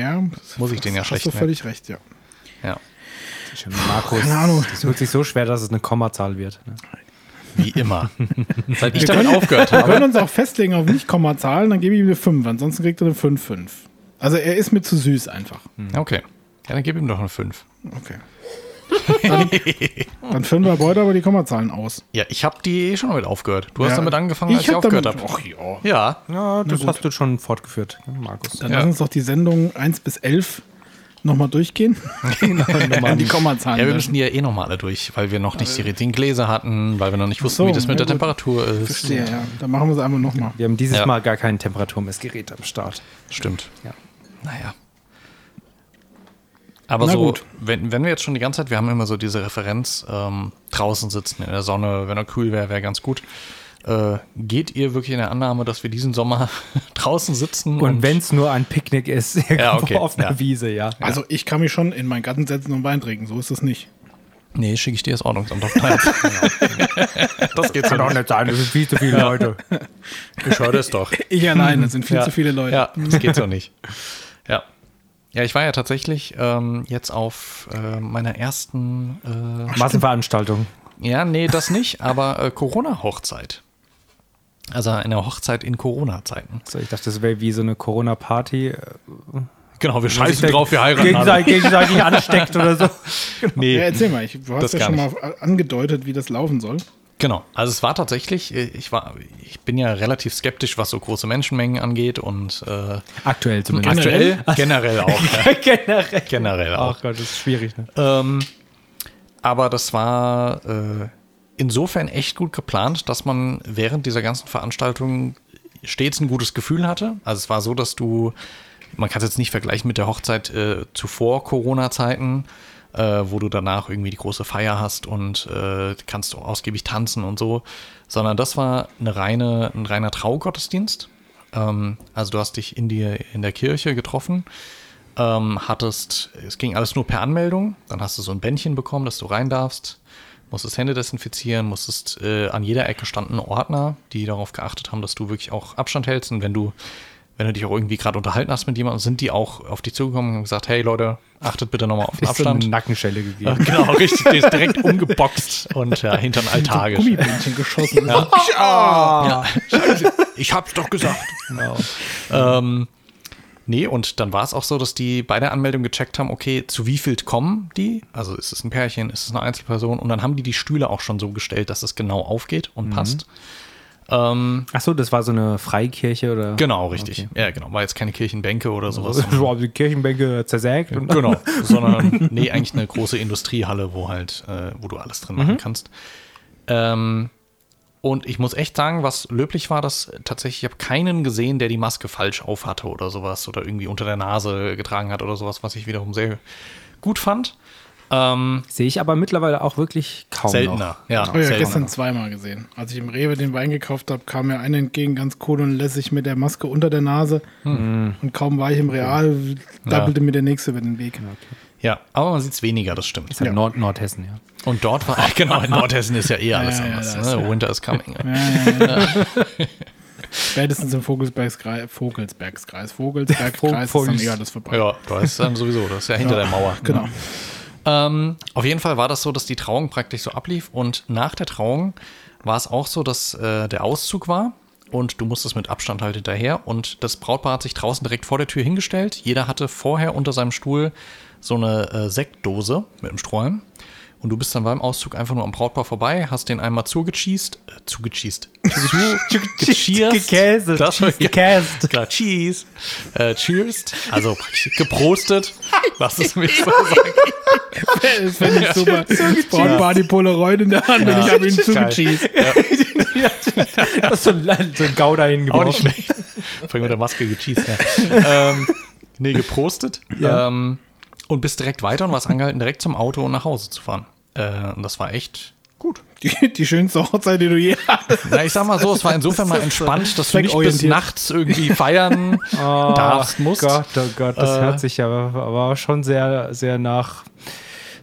Muss ich den ja hast schlecht du merken. völlig recht, ja. ja. Schön, Markus, Keine Ahnung. das wird sich so schwer, dass es eine Kommazahl wird. Ne? wie immer. Seit ich Wir damit aufgehört Wir habe. können uns auch festlegen auf Nicht-Komma-Zahlen, dann gebe ich ihm eine 5. Ansonsten kriegt er eine 5-5. Also er ist mir zu süß einfach. Okay. Ja, dann gib ihm doch eine 5. Okay. Dann, dann füllen wir heute aber die Kommazahlen aus. Ja, ich habe die eh schon damit aufgehört. Du hast damit angefangen, als ich, hab aufgehört damit- habe. Och, ja. Ja, Ja, das hast du schon fortgeführt, ne, Markus. Dann Ja. lass uns doch die Sendung 1 bis 11 nochmal durchgehen. genau, die Kommazahlen. Ja, wir löschen. müssen die ja eh noch mal alle durch, weil wir noch nicht die richtigen Gläser hatten, weil wir noch nicht wussten, so, wie das mit der ja gut. Temperatur ist. Verstehe, ja. Dann machen wir es einmal nochmal. Wir haben dieses Ja. Mal gar kein Temperaturmessgerät am Start. Stimmt. Ja. Naja. Aber Na so, gut. wenn, wenn wir jetzt schon die ganze Zeit, wir haben immer so diese Referenz, ähm, draußen sitzen in der Sonne, wenn er kühl wäre, wäre ganz gut. Äh, geht ihr wirklich in der Annahme, dass wir diesen Sommer draußen sitzen? Und wenn es nur ein Picknick ist, irgendwo okay, auf einer ja. Wiese, ja. Also ich kann mich schon in meinen Garten setzen und Wein trinken. So ist das nicht. Nee, schicke ich dir das Ordnungsamt auf Platz. Genau. das halt geht so Kann doch nicht sein, das sind viel zu viele Leute. Ich höre das doch. Ich alleine, es sind viel Ja. zu viele Leute. Ja, das geht so nicht. Ja. Ja, ich war ja tatsächlich ähm, jetzt auf äh, meiner ersten. Massenveranstaltung. Äh, ja, nee, das nicht, aber äh, Corona-Hochzeit. Also eine Hochzeit in Corona-Zeiten. So, ich dachte, das wäre wie so eine Corona-Party. äh, Genau, wir wo sich scheißen der drauf, wir heiraten. alle. Genau. gegenseitig, gegenseitig ansteckt oder so. Ja, Nee, erzähl mal, ich, du hast Das ja gar schon mal angedeutet, wie das laufen soll. Genau, also es war tatsächlich, äh, ich war, ich bin ja relativ skeptisch, was so große Menschenmengen angeht und äh, Aktuell zumindest. aktuell generell auch. ja, Hm, Generell. generell auch. Ach Gott, das ist schwierig. Ne? Ähm, aber das war äh, insofern echt gut geplant, dass man während dieser ganzen Veranstaltung stets ein gutes Gefühl hatte. Also es war so, dass du, man kann es jetzt nicht vergleichen mit der Hochzeit äh, zuvor Corona-Zeiten, äh, wo du danach irgendwie die große Feier hast und äh, kannst du ausgiebig tanzen und so, sondern das war eine reine, ein reiner Traugottesdienst. Ähm, also du hast dich in, die, in der Kirche getroffen ähm, hattest, es ging alles nur per Anmeldung, dann hast du so ein Bändchen bekommen, dass du rein darfst, musstest Hände desinfizieren, musstest äh, an jeder Ecke standen Ordner, die darauf geachtet haben, dass du wirklich auch Abstand hältst und wenn du, wenn du dich auch irgendwie gerade unterhalten hast mit jemandem, sind die auch auf dich zugekommen und haben gesagt, hey Leute, achtet bitte nochmal auf den Ist so eine Abstand. Nackenschelle gegeben. Ja, Genau, richtig, der ist direkt umgeboxt und ja, hinter den Altar gesch- Gummibändchen geschossen. Ja. Ah. Ich hab's doch gesagt. Genau. Ähm, nee, und dann war es auch so, dass die bei der Anmeldung gecheckt haben, okay, zu wie viel kommen die? Also ist es ein Pärchen, ist es eine Einzelperson? Und dann haben die die Stühle auch schon so gestellt, dass es genau aufgeht und passt. Ähm, Ach so, das war so eine Freikirche oder? genau, richtig. Ja, genau. War jetzt keine Kirchenbänke oder sowas. Boah, die Kirchenbänke zersägt. Und genau, sondern nee, eigentlich Mhm. eine große Industriehalle, wo halt, äh, wo du alles drin machen kannst. Ähm, Und ich muss echt sagen, was löblich war, dass tatsächlich, ich habe keinen gesehen, der die Maske falsch aufhatte oder sowas oder irgendwie unter der Nase getragen hat oder sowas, was ich wiederum sehr gut fand. Ähm, Sehe ich aber mittlerweile auch wirklich kaum. seltener, Noch. ja. habe ja seltener. gestern zweimal gesehen. Als ich im Rewe den Wein gekauft habe, kam mir einer entgegen, ganz cool und lässig mit der Maske unter der Nase. Hm. Und kaum war ich im Real, dappelte mir der nächste über den Weg. Ja, aber man sieht es weniger, das stimmt. Ist ja. Nord Nordhessen, ja. Und dort war, genau, in Nordhessen ist ja eh alles ja, anders. das- ne? Winter is coming. Ja, ja, ja. Spätestens im Vogelsbergskreis, Vogelsbergskreis, Vogelsbergkreis ist dann Vogels- eh alles vorbei. Ja, da ist dann sowieso, das ist ja hinter der Mauer. Genau. Ähm, auf jeden Fall war das so, dass die Trauung praktisch so ablief und nach der Trauung war es auch so, dass äh, der Auszug war und du musstest mit Abstand halt hinterher und das Brautpaar hat sich draußen direkt vor der Tür hingestellt. Jeder hatte vorher unter seinem Stuhl so eine äh, Sektdose mit einem Strohhalm und du bist dann beim Auszug einfach nur am Brautpaar vorbei, hast den einmal zugeschießt, äh, zugeschießt, zugeschießt, Gekäset. das war, ja, Gekäst. Klar, cheers. Äh, cheers. Also praktisch geprostet. Lass es mich so sagen. Das fände ich super. Braun war die Polaroid in der Hand und ich habe ihn zugecheest. Das ist so ein, so ein Gau dahin Auch geworfen. nicht schlecht. Vor allem mit der Maske gecheest. Ja. ähm, nee, geprostet. Ja. Ähm, und bist direkt weiter und warst angehalten, direkt zum Auto und nach Hause zu fahren. Äh, und das war echt gut. Die, die schönste Hochzeit, die du je hattest. Na, ich sag mal so, es war insofern mal entspannt, dass du nicht bis Zweckorientiert. nachts irgendwie feiern darfst, musst. Ah, Gott, oh Gott, das Äh. hört sich ja aber schon sehr, sehr nach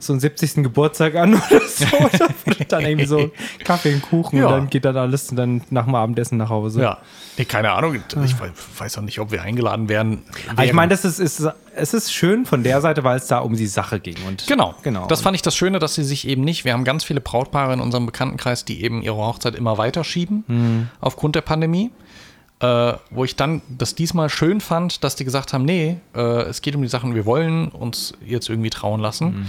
so einem 70. Geburtstag an oder so. Da wird dann irgendwie so Kaffee und Kuchen Ja. und dann geht dann alles und dann nach dem Abendessen nach Hause. Ah, Ja. Nee, keine Ahnung. Ich we- weiß auch nicht, ob wir eingeladen werden. Aber Ah, ich wären. meine, das ist, ist, es ist schön von der Seite, weil es da um die Sache ging. Und Genau, genau. Das fand ich das Schöne, dass sie sich eben nicht, wir haben ganz viele Brautpaare in unserem Bekanntenkreis, die eben ihre Hochzeit immer weiterschieben aufgrund der Pandemie. Äh, wo ich dann das diesmal schön fand, dass die gesagt haben, nee, äh, es geht um die Sachen, wir wollen uns jetzt irgendwie trauen lassen.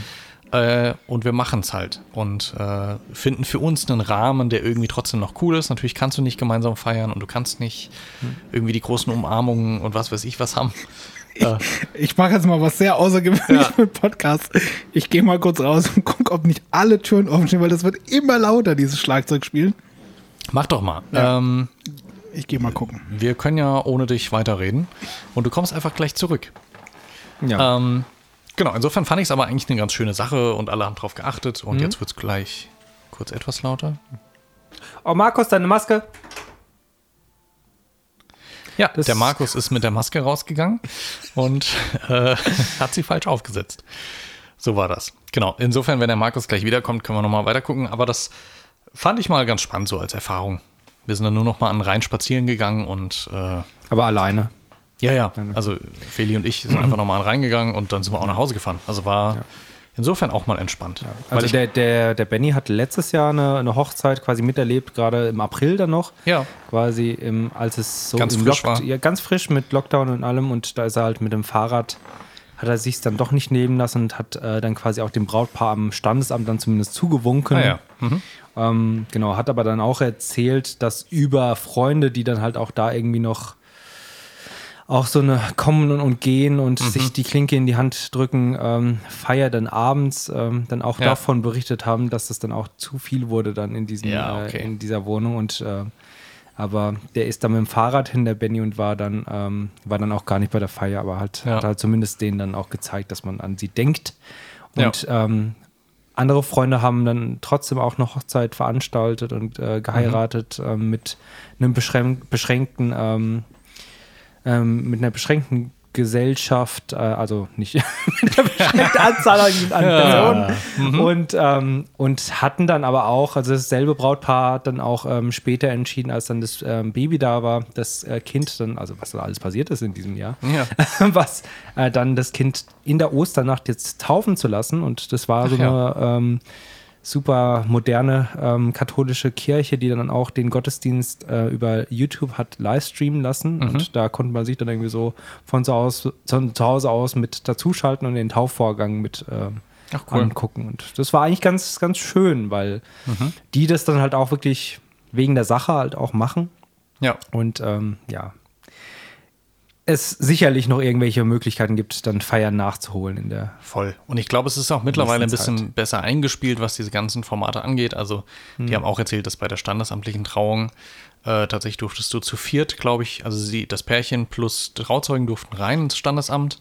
Äh, und wir machen es halt und äh, finden für uns einen Rahmen, der irgendwie trotzdem noch cool ist. Natürlich kannst du nicht gemeinsam feiern und du kannst nicht irgendwie die großen Umarmungen und was weiß ich was haben. Ich mache jetzt mal was sehr Außergewöhnliches mit Podcast. Ich gehe mal kurz raus und gucke, ob nicht alle Türen offen stehen, weil das wird immer lauter, dieses Schlagzeugspielen. Mach doch mal. Ja. Ähm, Ich gehe mal gucken. Wir können ja ohne dich weiterreden. Und du kommst einfach gleich zurück. ja. Ähm, genau, insofern fand ich es aber eigentlich eine ganz schöne Sache und alle haben drauf geachtet. Und jetzt wird es gleich kurz etwas lauter. Oh, Markus, deine Maske. Ja, Das- der Markus ist mit der Maske rausgegangen und äh, hat sie falsch aufgesetzt. So war das. Genau, insofern, wenn der Markus gleich wiederkommt, können wir nochmal weitergucken. Aber das fand ich mal ganz spannend so als Erfahrung. Wir sind dann nur noch mal an den Rhein spazieren gegangen und äh, Aber alleine. Ja, ja. Also Feli und ich sind einfach nochmal reingegangen und dann sind wir auch nach Hause gefahren. Also war insofern auch mal entspannt. Weil Also ich, der, der, der Benny hat letztes Jahr eine, eine Hochzeit quasi miterlebt, gerade im April dann noch. Ja. Quasi im, als es so Ganz im frisch war. Ja, ganz frisch mit Lockdown und allem und da ist er halt mit dem Fahrrad, hat er sich dann doch nicht nehmen lassen und hat äh, dann quasi auch dem Brautpaar am Standesamt dann zumindest zugewunken. Ah ja. Ähm, genau, hat aber dann auch erzählt, dass über Freunde, die dann halt auch da irgendwie noch auch so eine kommen und- und gehen und Mhm. sich die Klinke in die Hand drücken, ähm, Feier dann abends, ähm, dann auch Ja. davon berichtet haben, dass das dann auch zu viel wurde dann in, diesem, Ja, okay. äh, in dieser Wohnung und äh, aber der ist dann mit dem Fahrrad hin, der Benny, und war dann, ähm, war dann auch gar nicht bei der Feier, aber hat, Ja. hat halt zumindest denen dann auch gezeigt, dass man an sie denkt. Ja. Und ähm, andere Freunde haben dann trotzdem auch eine Hochzeit veranstaltet und äh, geheiratet ähm, mit einem beschränk beschränkten, ähm, ähm, mit einer beschränkten Gesellschaft, äh, also nicht mit einer beschränkten Anzahl an, an Personen und, ähm, und hatten dann aber auch, also dasselbe Brautpaar hat dann auch ähm, später entschieden, als dann das ähm, Baby da war, das äh, Kind dann, also was da alles passiert ist in diesem Jahr, Ja. was äh, dann das Kind in der Osternacht jetzt taufen zu lassen. Und das war so Ach ja. eine ähm, super moderne ähm, katholische Kirche, die dann auch den Gottesdienst äh, über YouTube hat livestreamen lassen. Mhm. Und da konnte man sich dann irgendwie so von zu, aus, von zu Hause aus mit dazuschalten und den Taufvorgang mit ähm, Ach, cool. angucken. Und das war eigentlich ganz, ganz schön, weil Mhm. die das dann halt auch wirklich wegen der Sache halt auch machen. ja. Und ähm, ja. es sicherlich noch irgendwelche Möglichkeiten gibt, dann Feiern nachzuholen in der. Voll. Und ich glaube, es ist auch mittlerweile ein Nächsten bisschen besser eingespielt, was diese ganzen Formate angeht. Also, die haben auch erzählt, dass bei der standesamtlichen Trauung äh, tatsächlich durftest du zu viert, glaube ich, also sie, das Pärchen plus Trauzeugen durften rein ins Standesamt.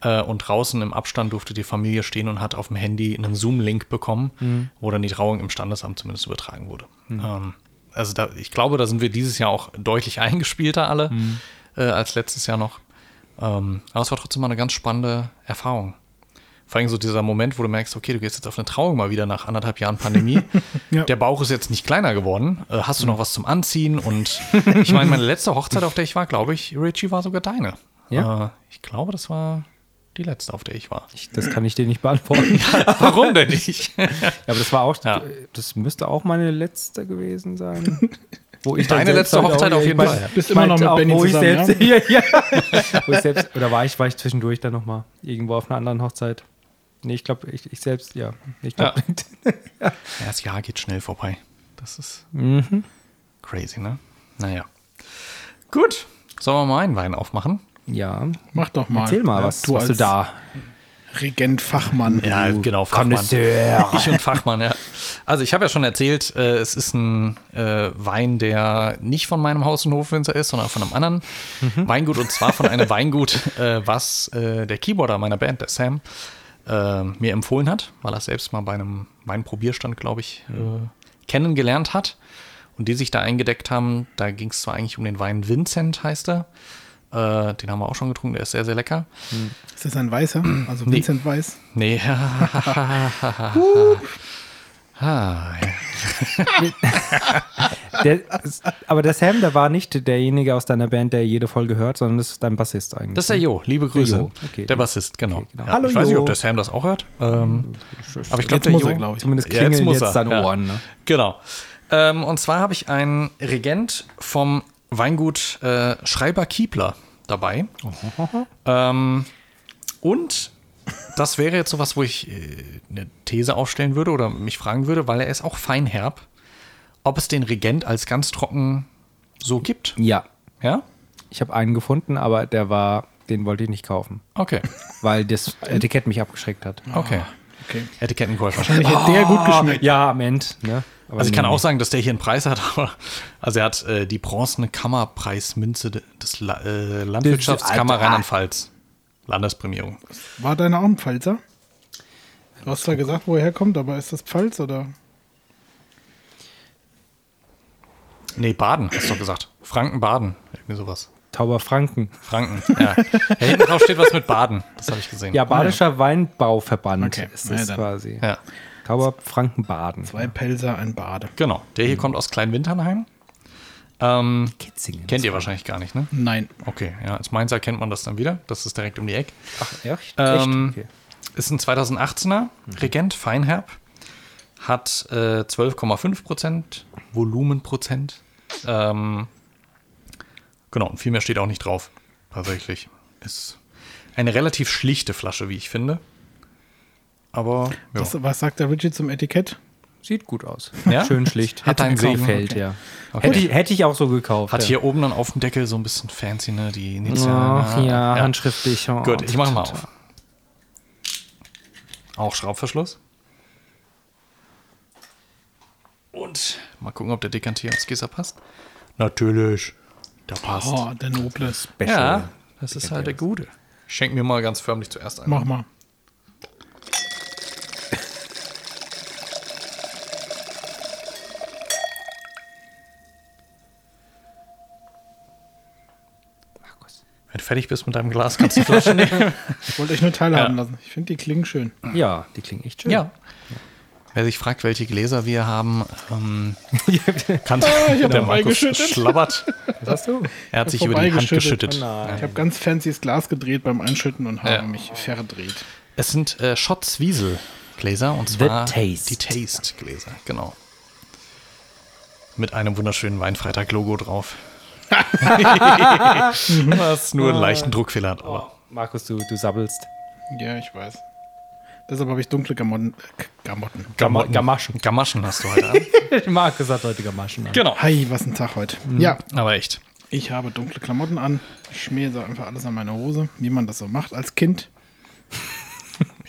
Äh, und draußen im Abstand durfte die Familie stehen und hat auf dem Handy einen Zoom-Link bekommen, wo dann die Trauung im Standesamt zumindest übertragen wurde. Ähm, also, da, ich glaube, da sind wir dieses Jahr auch deutlich eingespielter alle äh, als letztes Jahr noch. Ähm, aber es war trotzdem mal eine ganz spannende Erfahrung. Vor allem so dieser Moment, wo du merkst, okay, du gehst jetzt auf eine Trauung mal wieder nach anderthalb Jahren Pandemie. Ja. Der Bauch ist jetzt nicht kleiner geworden. Äh, hast du noch was zum Anziehen? Und ich meine, meine letzte Hochzeit, auf der ich war, glaube ich, Richie, war sogar deine. Ja. Äh, ich glaube, das war die letzte, auf der ich war. Ich, das kann ich dir nicht beantworten. Warum denn nicht? Ja, aber das war auch, Ja. das müsste auch meine letzte gewesen sein. Wo ich Deine dann letzte selbst halt Hochzeit auf ich jeden mein- Fall. Bist immer noch meinte mit Benny wo ich zusammen, selbst, ja. ja, wo ich selbst, oder war ich, war ich zwischendurch dann nochmal irgendwo auf einer anderen Hochzeit? Nee, ich glaube, ich, ich selbst, ja. Ich glaub, Ja. Ja, das Jahr geht schnell vorbei. Das ist Mhm. crazy, ne? Naja. Gut. Sollen wir mal einen Wein aufmachen? ja. Mach doch mal. Erzähl mal, Ja, was hast du als da? Regent Fachmann. Ja, genau, Connoisseur. Ich und Fachmann, ja. Also ich habe ja schon erzählt, äh, es ist ein äh, Wein, der nicht von meinem Haus- und Hofwinzer ist, sondern von einem anderen Weingut. Und zwar von einem Weingut, äh, was äh, der Keyboarder meiner Band, der Sam, äh, mir empfohlen hat, weil er es selbst mal bei einem Weinprobierstand, glaube ich, äh, kennengelernt hat. Und die sich da eingedeckt haben, da ging es zwar eigentlich um den Wein Vincent, heißt er. Äh, den haben wir auch schon getrunken, der ist sehr, sehr lecker. Ist das ein Weißer? Also Vincent Weiß. Nee. ah, ja. Der, aber der Sam, der war nicht derjenige aus deiner Band, der jede Folge hört, sondern das ist dein Bassist eigentlich. Das ist der Jo, liebe Grüße. Jo, okay. Der Bassist, genau. genau. Ja, Hallo, ich weiß nicht, Jo. ob der Sam das auch hört. Ähm, aber ich glaube, Jetzt der muss Jo. er, glaube ich. Zumindest Ja, jetzt klingeln jetzt, muss er, deine ja. Ohren. Ne? Genau. Ähm, und zwar habe ich einen Regent vom Weingut äh, Schreiber Kiebler dabei. Ähm, und das wäre jetzt sowas, wo ich äh, eine These aufstellen würde oder mich fragen würde, weil er ist auch feinherb, ob es den Regent als ganz trocken so gibt. Ja, Ja? ich habe einen gefunden, aber der war, den wollte ich nicht kaufen, Okay. weil das Etikett mich abgeschreckt hat. Okay. Okay. Etikettenkäufer. Wahrscheinlich hätte der gut geschmeckt. Ja, am Ende. Ne? Aber Ah, Also ich kann nee, auch sagen, dass der hier einen Preis hat, aber also er hat äh, die bronzene Kammerpreismünze de- des La äh, Landwirtschaftskammer Alter. Rheinland-Pfalz. Landesprämierung. War deiner auch ein Pfalzer? Du hast zwar gesagt, wo er herkommt, aber ist das Pfalz oder? Nee, Baden, hast du doch gesagt. Franken-Baden. Irgendwie sowas. Tauber Franken. Franken, ja. ja. Hinten drauf steht was mit Baden. Das habe ich gesehen. Ja, Badischer Weinbauverband Okay, ist na ja, das dann. quasi. ja. Tauber Franken Baden. Zwei Pelzer, ein Bade. Genau. Der hier kommt aus Kleinwinternheim. Ähm, Kitzingen. kennt ihr wahrscheinlich gar nicht, ne? Nein. Okay, ja. Als Mainzer kennt man das dann wieder. Das ist direkt um die Ecke. Ach, echt? Ähm, Echt? Okay. Ist ein 2018er Regent, Feinherb. Hat äh, 12,5% Volumenprozent. Ähm, genau, und viel mehr steht auch nicht drauf. Tatsächlich. Ist eine relativ schlichte Flasche, wie ich finde. Aber ja. Was, was sagt der Richie zum Etikett? Sieht gut aus. Ja? Schön schlicht. Hat einen Segen, Gefällt, okay. ja. Okay. Hätte, ich, hätte ich auch so gekauft. hat ja. hier oben dann auf dem Deckel so ein bisschen fancy, ne? Die Initialen. Ach ja, handschriftlich. Oh, Gut, ich mache mal auf. Auch Schraubverschluss. Und mal gucken, ob der Dekantierungsgießer passt. Natürlich. Der passt. Oh, der Noble. Special. ja, das ist halt der Gute. Schenk mir mal ganz förmlich zuerst ein. Mach mal. Markus. Wenn du fertig bist mit deinem Glas, kannst du die Flasche nehmen. Ich wollte euch nur teilhaben lassen. Ich finde, die klingen schön. Ja, die klingen echt schön. Ja. Wer sich fragt, welche Gläser wir haben, ähm, kann ich hab der mal Markus geschüttet. schlabbert. Was hast du? Er hat sich über die Hand Vorbeigeschüttet. geschüttet. Ich habe ganz fancyes Glas gedreht beim Einschütten und habe Ja. mich verdreht. Es sind äh, Schotts Wiesel Gläser und The zwar Taste. die Taste Gläser, genau. Mit einem wunderschönen Weinfreitag-Logo drauf. Was nur einen leichten Druckfehler hat, aber Ah. Markus, du, du sabbelst. Ja, ich weiß. Deshalb habe ich dunkle Gamotten. äh, Gamotten. Gamotten- Gamaschen. Gamaschen hast du heute an. Markus hat heute Gamaschen an. genau. Hi, was ein Tag heute. Ja, Aber echt. Ich habe dunkle Klamotten an. Ich schmiere so einfach alles an meine Hose, wie man das so macht als Kind.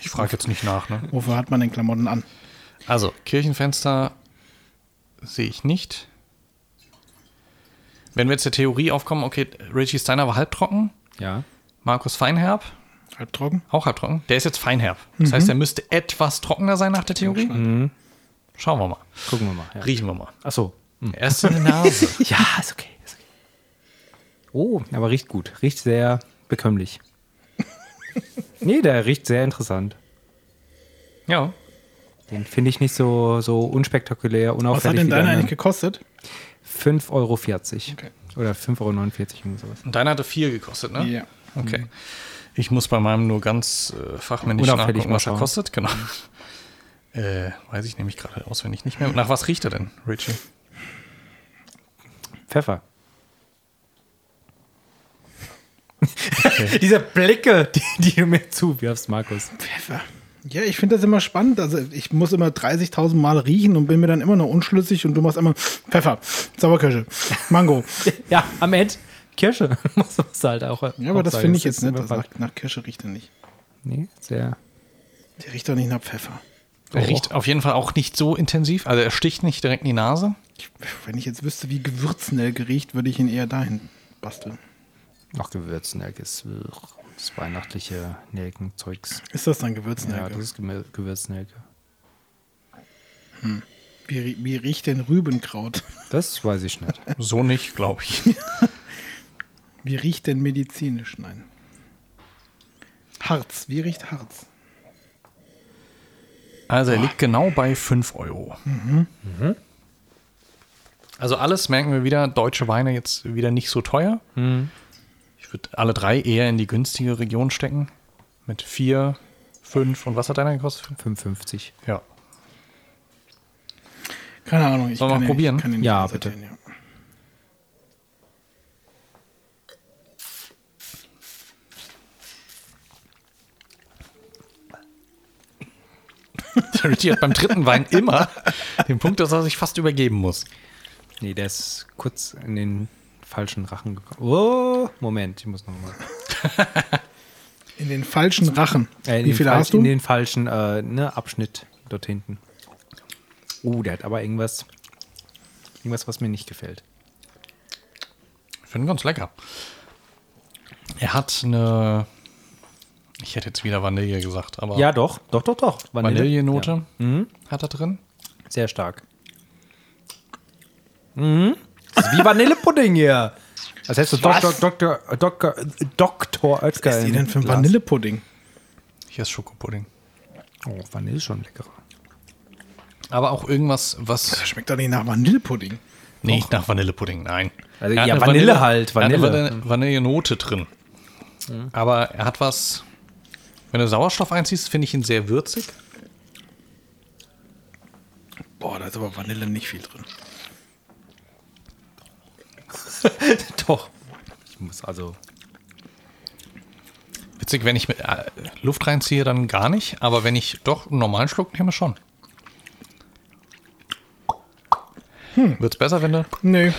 Ich frage jetzt nicht nach, ne? Wofür hat man denn Klamotten an? Also, Kirchenfenster sehe ich nicht. Wenn wir jetzt der Theorie aufkommen, okay, Richie Steiner war halbtrocken, Ja. Markus Feinherb Halb trocken? auch halbtrocken. Der ist jetzt feinherb. Das heißt, er müsste etwas trockener sein nach der Theorie. Schauen wir mal. Gucken wir mal. Ja. Riechen wir mal. Ach so. Erst in der Nase. Ja, ist okay. Ist okay. Oh, aber riecht gut. Riecht sehr bekömmlich. nee, der riecht sehr interessant. ja. Den finde ich nicht so, so unspektakulär, Was hat unauffällig. denn wie deiner der eigentlich andere. gekostet? 5,40 Euro. Oder 5,49 Euro, irgendwie sowas. Und deiner hatte vier gekostet, ne? Ja. Okay. Ich muss bei meinem nur ganz äh, fachmännisch Unauffällig nachgucken, mal was er schauen. kostet. Genau. Äh, weiß ich nämlich gerade auswendig nicht mehr. Nach was riecht er denn, Richie? Pfeffer. Diese Blicke, die, die du mir zuwirfst, Markus. Pfeffer. Ja, ich finde das immer spannend. Also ich muss immer 30.000 Mal riechen und bin mir dann immer noch unschlüssig und du machst immer Pfeffer, Sauerkirsche, Mango. Ja, am Ende Kirsche. Muss muss halt auch. Ja, aber auch das sagen, finde ich jetzt ist nicht. Das überfallen. sagt, nach Kirsche riecht er nicht. Nee, sehr. Der riecht doch nicht nach Pfeffer. Er Oh. riecht auf jeden Fall auch nicht so intensiv. Also er sticht nicht direkt in die Nase. Ich, wenn ich jetzt wüsste, wie Gewürznelke riecht, würde ich ihn eher dahin basteln. Noch Gewürznelke ist ugh, das weihnachtliche Nelkenzeugs. Ist das dann Ja, genau. Gewürznelke? das ist Gemü- Gewürznelke. wie, rie- wie riecht denn Rübenkraut? Das weiß ich nicht. So nicht, glaube ich. Wie riecht denn medizinisch? Nein. Harz. Wie riecht Harz? Also er liegt genau bei 5 Euro. Mhm. Also alles merken wir wieder, deutsche Weine jetzt wieder nicht so teuer. Ich würde alle drei eher in die günstige Region stecken. Mit 4, 5 und was hat deiner gekostet? 5,50. Ja. Keine Ahnung. Ich Sollen wir kann mal ihn- probieren? kann ihn Ja, nicht bitte. sortieren, ja. Der Richie hat beim dritten Wein immer den Punkt, dass er sich fast übergeben muss. Nee, der ist kurz in den falschen Rachen gekommen. Oh, Moment, ich muss nochmal. In den falschen Rachen. Äh, in Wie den viele falsch- hast du? In den falschen äh, ne, Abschnitt dort hinten. Oh, der hat aber irgendwas, irgendwas, was mir nicht gefällt. Ich finde ihn ganz lecker. Er hat eine. Ich hätte jetzt wieder Vanille gesagt, aber Ja, doch, doch, doch, doch. Vanillenote Ja. Mhm, hat er drin. sehr stark. Mhm. Das ist wie Vanillepudding hier. Das heißt so Dr. Dr. Dr. Dr. Oetker. Was ist die im denn für ein äh, Glas. Vanillepudding? Hier ist Schokopudding. Oh, Vanille ist schon leckerer. Aber auch irgendwas, Das was. schmeckt doch nicht nach Vanillepudding. Nicht nach Vanillepudding, nein. Also, Er hat ja, eine Vanille halt, er hat eine Vanille. Mhm. Vanille- Vanillenote drin. Aber er hat was. Wenn du Sauerstoff einziehst, finde ich ihn sehr würzig. Boah, da ist aber Vanille nicht viel drin. Doch. Ich muss also. Witzig, wenn ich mit äh, Luft reinziehe, dann gar nicht. Aber wenn ich doch einen normalen Schluck nehme, schon. Hm. Wird's besser, wenn du. Nee.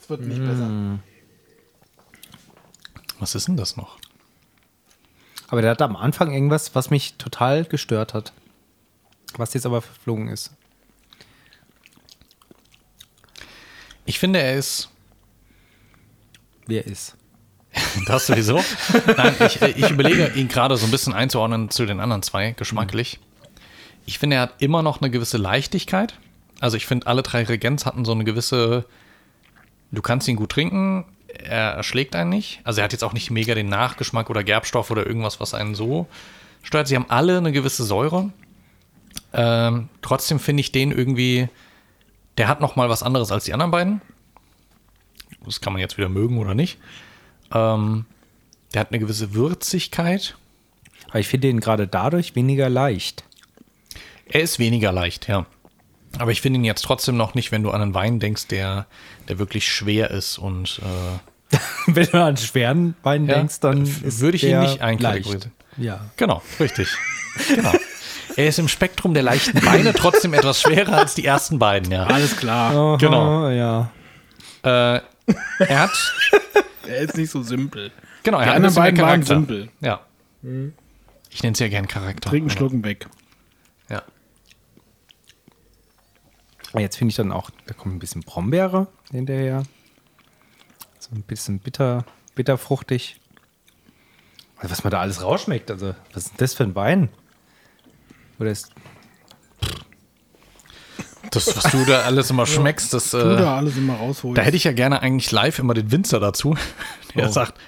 Es wird nicht besser. Was ist denn das noch? Aber der hatte am Anfang irgendwas, was mich total gestört hat. Was jetzt aber verflogen ist. Ich finde, er ist. Wer ist? Das sowieso. Nein, ich, äh, ich überlege, ihn gerade so ein bisschen einzuordnen zu den anderen zwei, geschmacklich. Ich finde, er hat immer noch eine gewisse Leichtigkeit. Also ich finde, alle drei Regents hatten so eine gewisse. Du kannst ihn gut trinken, er erschlägt einen nicht. Also er hat jetzt auch nicht mega den Nachgeschmack oder Gerbstoff oder irgendwas, was einen so stört. Sie haben alle eine gewisse Säure. Ähm, trotzdem finde ich den irgendwie. Der hat noch mal was anderes als die anderen beiden. Das kann man jetzt wieder mögen oder nicht. Ähm, der hat eine gewisse Würzigkeit. Aber ich finde den gerade dadurch weniger leicht. Er ist weniger leicht, ja. Aber ich finde ihn jetzt trotzdem noch nicht, wenn du an einen Wein denkst, der, der wirklich schwer ist. Und äh, Wenn du an schweren Wein Ja, denkst, dann f- ist würde ich ihn der nicht leicht. einkategorisieren. Ja. genau, richtig. genau. Er ist im Spektrum der leichten Weine trotzdem etwas schwerer als die ersten beiden, ja. Alles klar. Aha, Genau. Ja. Äh, Er hat, Er ist nicht so simpel. genau, er Die hat ein anderen bisschen mehr beiden waren Charakter. simpel. Ja. Mhm. Ich nenne es ja gern Charakter. Trinken, schlucken, weg. Ja. Aber jetzt finde ich dann auch, da kommt ein bisschen Brombeere hinterher. So ein bisschen bitter, bitterfruchtig. Also was man da alles rausschmeckt. Also, was ist denn das für ein Wein? Oder ist. Das, was du da alles immer schmeckst, das. Du Äh, da alles immer rausholen. da hätte ich ja gerne eigentlich live immer den Winzer dazu, der sagt: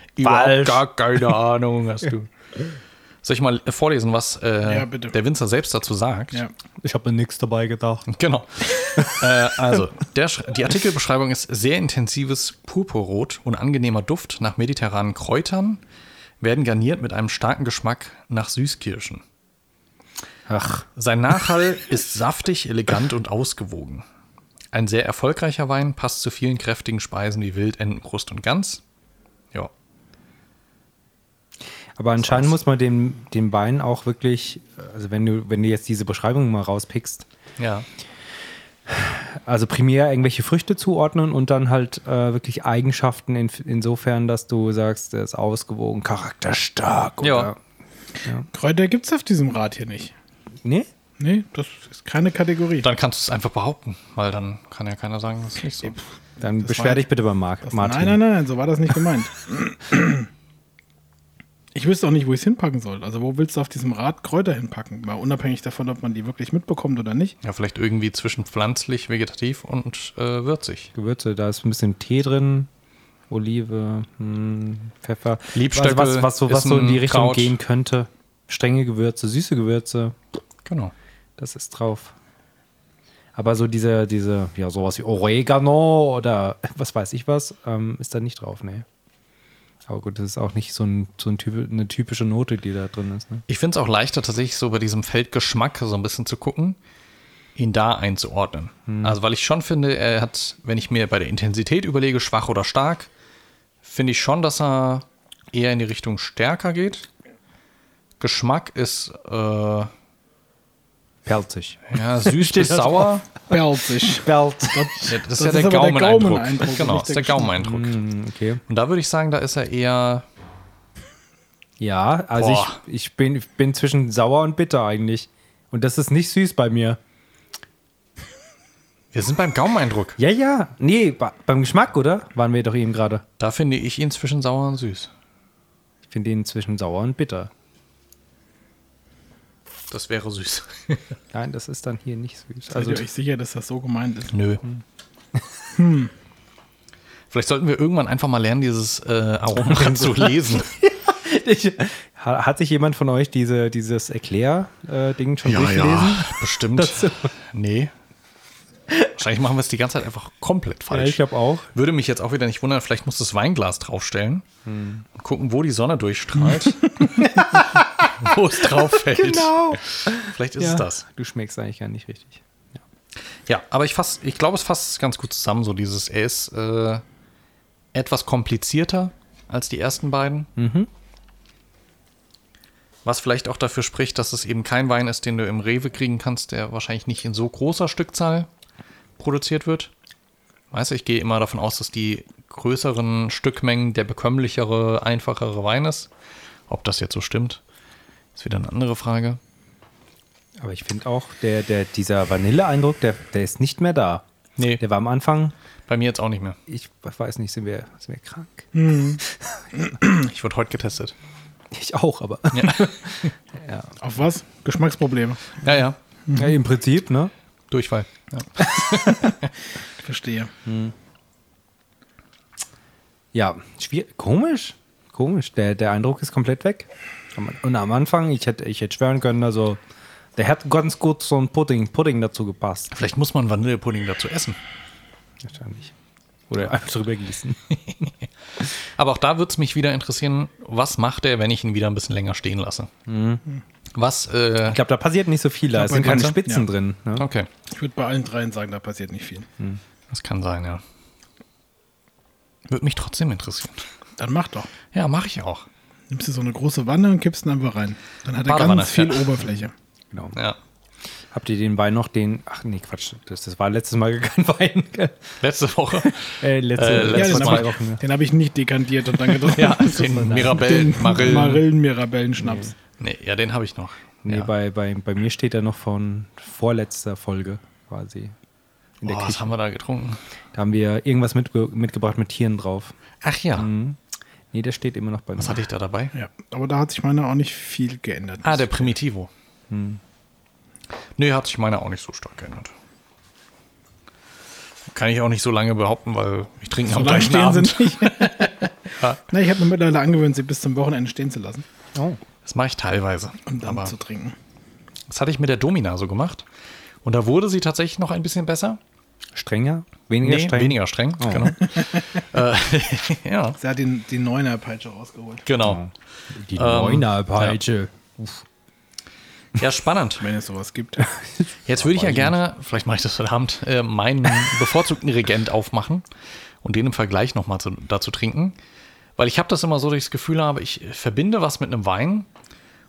Überhaupt Falsch. gar keine Ahnung hast du. Soll ich mal vorlesen, was äh, Ja, bitte. der Winzer selbst dazu sagt? ja. Ich habe mir nichts dabei gedacht. Genau. äh, also, der, Sch- die Artikelbeschreibung ist sehr intensives Purpurrot und angenehmer Duft nach mediterranen Kräutern, werden garniert mit einem starken Geschmack nach Süßkirschen. Ach, Sein Nachhall ist saftig, elegant und ausgewogen. Ein sehr erfolgreicher Wein, passt zu vielen kräftigen Speisen wie Wild, Entenbrust und Gans. Ja. aber anscheinend muss man dem, dem Wein auch wirklich, also wenn du, wenn du jetzt diese Beschreibung mal rauspickst, Ja. also primär irgendwelche Früchte zuordnen und dann halt äh, wirklich Eigenschaften in, insofern, dass du sagst, der ist ausgewogen, charakterstark. Oder, Ja. Kräuter gibt's auf diesem Rad hier nicht. Nee? Nee, das ist keine Kategorie. Dann kannst du es einfach behaupten, weil dann kann ja keiner sagen, das ist nicht so. Dann beschwer war- dich bitte bei Mark, Das- Martin. Nein, nein, nein, so war das nicht gemeint. Ich wüsste auch nicht, wo ich es hinpacken soll. Also wo willst du auf diesem Rad Kräuter hinpacken? Mal unabhängig davon, ob man die wirklich mitbekommt oder nicht. Ja, vielleicht irgendwie zwischen pflanzlich, vegetativ und äh, würzig. Gewürze, da ist ein bisschen Tee drin, Olive, hm, Pfeffer. Liebstöckel Also was, was, so, was ist so in die ein Richtung Kraut. gehen könnte. Strenge Gewürze, süße Gewürze, Genau. das ist drauf. Aber so diese, diese, ja, sowas wie Oregano oder was weiß ich was, ähm, ist da nicht drauf, ne. Aber gut, das ist auch nicht so, ein, so ein typ, eine typische Note, die da drin ist, ne? Ich finde es auch leichter, tatsächlich so bei diesem Feld Geschmack so ein bisschen zu gucken, ihn da einzuordnen. Hm. Also, weil ich schon finde, er hat, wenn ich mir bei der Intensität überlege, schwach oder stark, finde ich schon, dass er eher in die Richtung stärker geht. Geschmack ist äh, Pelzig. ja, süß bis sauer. Pelzig. Pelzig. Ja, das, ist Das ja ist der aber der Gaumeneindruck. Gaumeneindruck, genau, nicht das ist der der Gaumeneindruck. Hm, Okay. Und da würde ich sagen, da ist er eher. Ja, also Boah. ich, ich, bin, ich bin zwischen sauer und bitter eigentlich. Und das ist nicht süß bei mir. Wir sind beim Gaumeneindruck. Ja, ja. Nee, ba- beim Geschmack, oder? Waren wir doch eben gerade. Da finde ich ihn zwischen sauer und süß. Ich finde ihn zwischen sauer und bitter. Das wäre süß. Nein, das ist dann hier nicht süß. Also Also, Seid ihr euch sicher, dass das so gemeint ist? Nö. Hm. Vielleicht sollten wir irgendwann einfach mal lernen, dieses äh, Aromenrad zu lesen. ich, ha- hat sich jemand von euch diese, dieses Erklär-Ding schon durchgelesen? bestimmt. Das- nee. Wahrscheinlich machen wir es die ganze Zeit einfach komplett Ja, falsch. ich glaube auch. Würde mich jetzt auch wieder nicht wundern, vielleicht muss das Weinglas draufstellen und gucken, wo die Sonne durchstrahlt. wo es drauf fällt. Vielleicht Genau. ist Ja. es das. Du schmeckst eigentlich gar nicht richtig. Ja, aber ich, fass, ich glaube, es fasst ganz gut zusammen, so dieses, er ist äh, etwas komplizierter als die ersten beiden. Was vielleicht auch dafür spricht, dass es eben kein Wein ist, den du im Rewe kriegen kannst, der wahrscheinlich nicht in so großer Stückzahl produziert wird. Weißt du, ich gehe immer davon aus, dass die größeren Stückmengen der bekömmlichere, einfachere Wein ist. Ob das jetzt so stimmt, ist wieder eine andere Frage. Aber ich finde auch, der, der, dieser Vanille-Eindruck, der, der ist nicht mehr da. Nee, Der war am Anfang, bei mir jetzt auch nicht mehr. ich weiß nicht, sind wir, sind wir krank? Hm. Ich wurde heute getestet. Ich auch, aber. Auf was? Geschmacksprobleme. Ja, ja, Ja, im Prinzip, ne? Durchfall. Ja. Verstehe. Ja, schwier komisch. Komisch. Der, der Eindruck ist komplett weg. Am- Und am Anfang, ich hätte, ich hätte schwören können, also, der hat ganz gut so ein Pudding, Pudding dazu gepasst. Vielleicht muss man Vanillepudding dazu essen. Wahrscheinlich. Oder einfach drüber gießen. Aber auch da würde es mich wieder interessieren, was macht er, wenn ich ihn wieder ein bisschen länger stehen lasse? Was, äh, Ich glaube, da passiert nicht so viel. Da glaub, sind bei keine Winzer- Spitzen ja. drin. Ne? okay, Ich würde bei allen dreien sagen, da passiert nicht viel. das kann sein, ja. Würde mich trotzdem interessieren. Dann mach doch. Ja, mache ich auch. Nimmst du so eine große Wanne und kippst ihn einfach rein. Dann hat er Badewanne, ganz viel ja. Oberfläche. Genau. Ja. Habt ihr den Wein noch? Den, ach nee, Quatsch, das, das war letztes Mal kein Wein. gell? Letzte Woche. Äh, letzte, Äh, letzte letztes ja, Mal. den zwei habe Wochen. ich, ne? den hab ich nicht dekantiert und dann getrunken. ja, den Mirabell, Marillen. Marillen-Mirabellenschnaps. Nee, ja, den habe ich noch. Nee, ja. bei, bei, bei mir steht er noch von vorletzter Folge quasi. In der oh, was Küche. haben wir da getrunken? Da haben wir irgendwas mitge mitgebracht mit Tieren drauf. Ach ja, Mhm. Nee, der steht immer noch bei was mir. hatte ich da dabei? Ja, aber da hat sich meiner auch nicht viel geändert. Ah, der Primitivo. Hm. Nee, hat sich meiner auch nicht so stark geändert. Kann ich auch nicht so lange behaupten, weil ich trinke am so lange gleichen stehen Abend. sind nicht. Na, ich habe mir mittlerweile angewöhnt, sie bis zum Wochenende stehen zu lassen Oh. Das mache ich teilweise. und dann Aber zu trinken. das hatte ich mit der Domina so gemacht. Und da wurde sie tatsächlich noch ein bisschen besser. Strenger? Weniger nee, streng? weniger streng. Oh. Genau. äh, ja, Sie hat den, die Neuner-Peitsche rausgeholt. genau. Die Neunerpeitsche. Neunerpeitsche. Ja, spannend. Wenn es sowas gibt. Jetzt würde ich ja gerne, vielleicht mache ich das heute Abend, äh, meinen bevorzugten Regent aufmachen und den im Vergleich nochmal zu, dazu trinken. Weil ich habe das immer so, dass ich das Gefühl habe, ich verbinde was mit einem Wein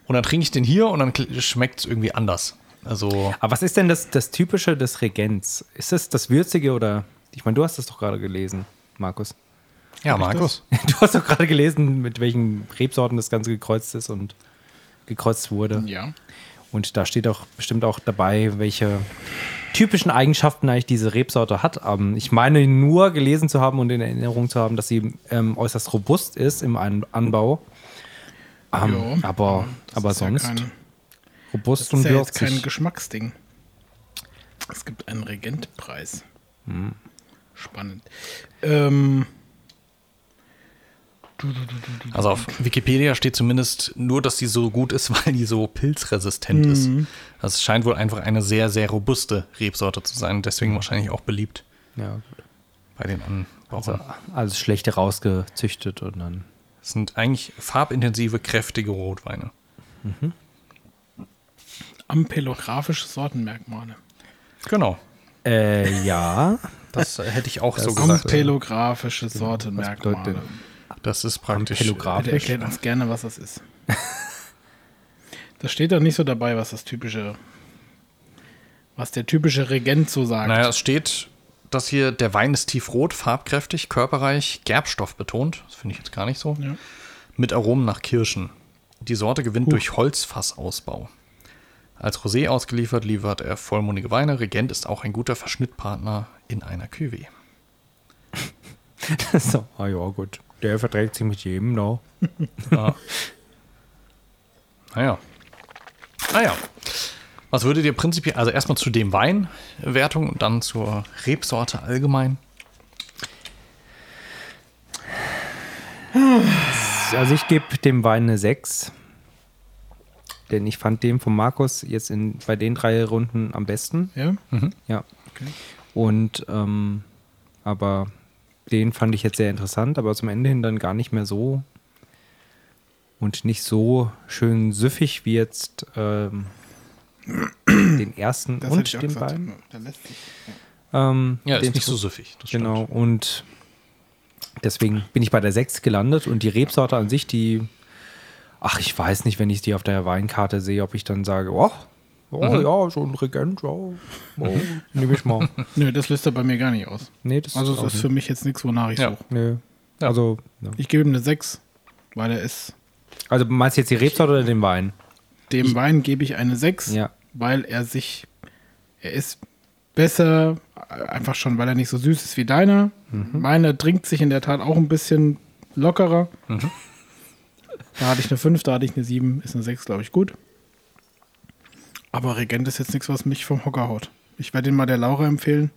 und dann trinke ich den hier und dann schmeckt es irgendwie anders. Also, Aber was ist denn das, das Typische des Regents? Ist es das Würzige oder. Ich meine, du hast das doch gerade gelesen, Markus. ja, Markus. Du hast doch gerade gelesen, mit welchen Rebsorten das Ganze gekreuzt ist und gekreuzt wurde. ja. Und da steht auch bestimmt auch dabei, welche typischen Eigenschaften eigentlich diese Rebsorte hat. Ähm, ich meine nur gelesen zu haben und in Erinnerung zu haben, dass sie ähm, äußerst robust ist im An Anbau. Ähm, Ja. aber Das aber ist ja sonst kein- robust Das und ist ja jetzt kein würzig. Geschmacksding. Es gibt einen Regentpreis. Hm. Spannend. Ähm, Also auf Wikipedia steht zumindest nur, dass die so gut ist, weil die so pilzresistent ist. Also es scheint wohl einfach eine sehr, sehr robuste Rebsorte zu sein. Deswegen wahrscheinlich auch beliebt ja, bei den Anbauern. also alles Schlechte rausgezüchtet und dann. Es sind eigentlich farbintensive, kräftige Rotweine. ampelographische Sortenmerkmale. Genau. Äh, ja. Das äh, hätte ich auch so gesagt. Ampelographische Was bedeutet Sortenmerkmale. Das ist praktisch. äh, Ampelograph. Bitte erklärt uns gerne, was das ist. Das steht doch nicht so dabei, was das typische, was der typische Regent so sagt. Naja, es steht, dass hier der Wein ist tiefrot, farbkräftig, körperreich, Gerbstoff betont. Das finde ich jetzt gar nicht so. Ja. Mit Aromen nach Kirschen. Die Sorte gewinnt durch Holzfassausbau. Als Rosé ausgeliefert, liefert er vollmundige Weine. Regent ist auch ein guter Verschnittpartner in einer Cuvée. so, ah ja, gut. Der verträgt sich mit jedem, no. Naja. Naja. Was würdet ihr prinzipiell, also erstmal zu dem Wein äh, Wertung und dann zur Rebsorte allgemein? Also ich gebe dem Wein eine 6. Denn ich fand den von Markus jetzt in, bei den drei Runden am besten. Ja? Hm. Ja. Okay. Und ähm, aber den fand ich jetzt sehr interessant, aber zum Ende hin dann gar nicht mehr so und nicht so schön süffig wie jetzt ähm, den ersten Das hätte ich auch und den gesagt. beiden. Der lässt sich. Ähm, Ja, den ist nicht so süffig. Das stimmt. Genau, und deswegen bin ich bei der 6 gelandet und die Rebsorte an sich, die, ach, ich weiß nicht, wenn ich die auf der Weinkarte sehe, ob ich dann sage, oh, oh Mhm. ja, so ein Regent, ja, oh, nehme ich mal. Nö, das löst er bei mir gar nicht aus. Nee, das Also ist, das auch ist für nicht. mich jetzt nichts, wonach ich Ja. suche. Nee. Ja. Also, ja. Ich gebe ihm eine 6, weil er ist. also meinst du jetzt die Rebsorte oder den Wein? Dem Wein gebe ich eine 6, Ja. weil er sich. Er ist besser, einfach schon, weil er nicht so süß ist wie deiner. Meiner trinkt sich in der Tat auch ein bisschen lockerer. Da hatte ich eine 5, da hatte ich eine 7, ist eine 6, glaube ich, gut. Aber Regent ist jetzt nichts, was mich vom Hocker haut. Ich werde ihn mal der Laura empfehlen.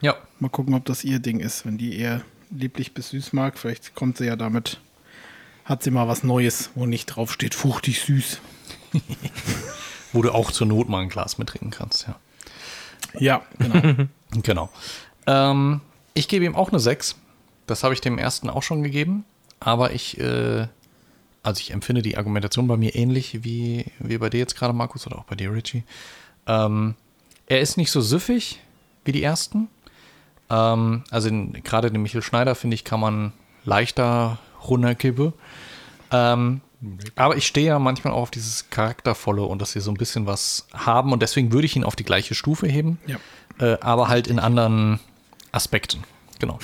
Ja, Mal gucken, ob das ihr Ding ist. Wenn die eher lieblich bis süß mag, vielleicht kommt sie ja damit, hat sie mal was Neues, wo nicht draufsteht, fruchtig süß. wo du auch zur Not mal ein Glas mittrinken kannst, ja. Ja, genau. Genau. Ähm, ich gebe ihm auch eine 6. Das habe ich dem ersten auch schon gegeben. Aber ich, äh, also ich empfinde die Argumentation bei mir ähnlich wie, wie bei dir jetzt gerade, Markus, oder auch bei dir, Richie. Ähm, er ist nicht so süffig wie die ersten. Ähm, also den- gerade den Michel Schneider, finde ich, kann man leichter runterkippen. Ähm, Aber ich stehe ja manchmal auch auf dieses Charaktervolle und dass sie so ein bisschen was haben und deswegen würde ich ihn auf die gleiche Stufe heben, Ja. äh, aber halt in anderen Aspekten. Genau.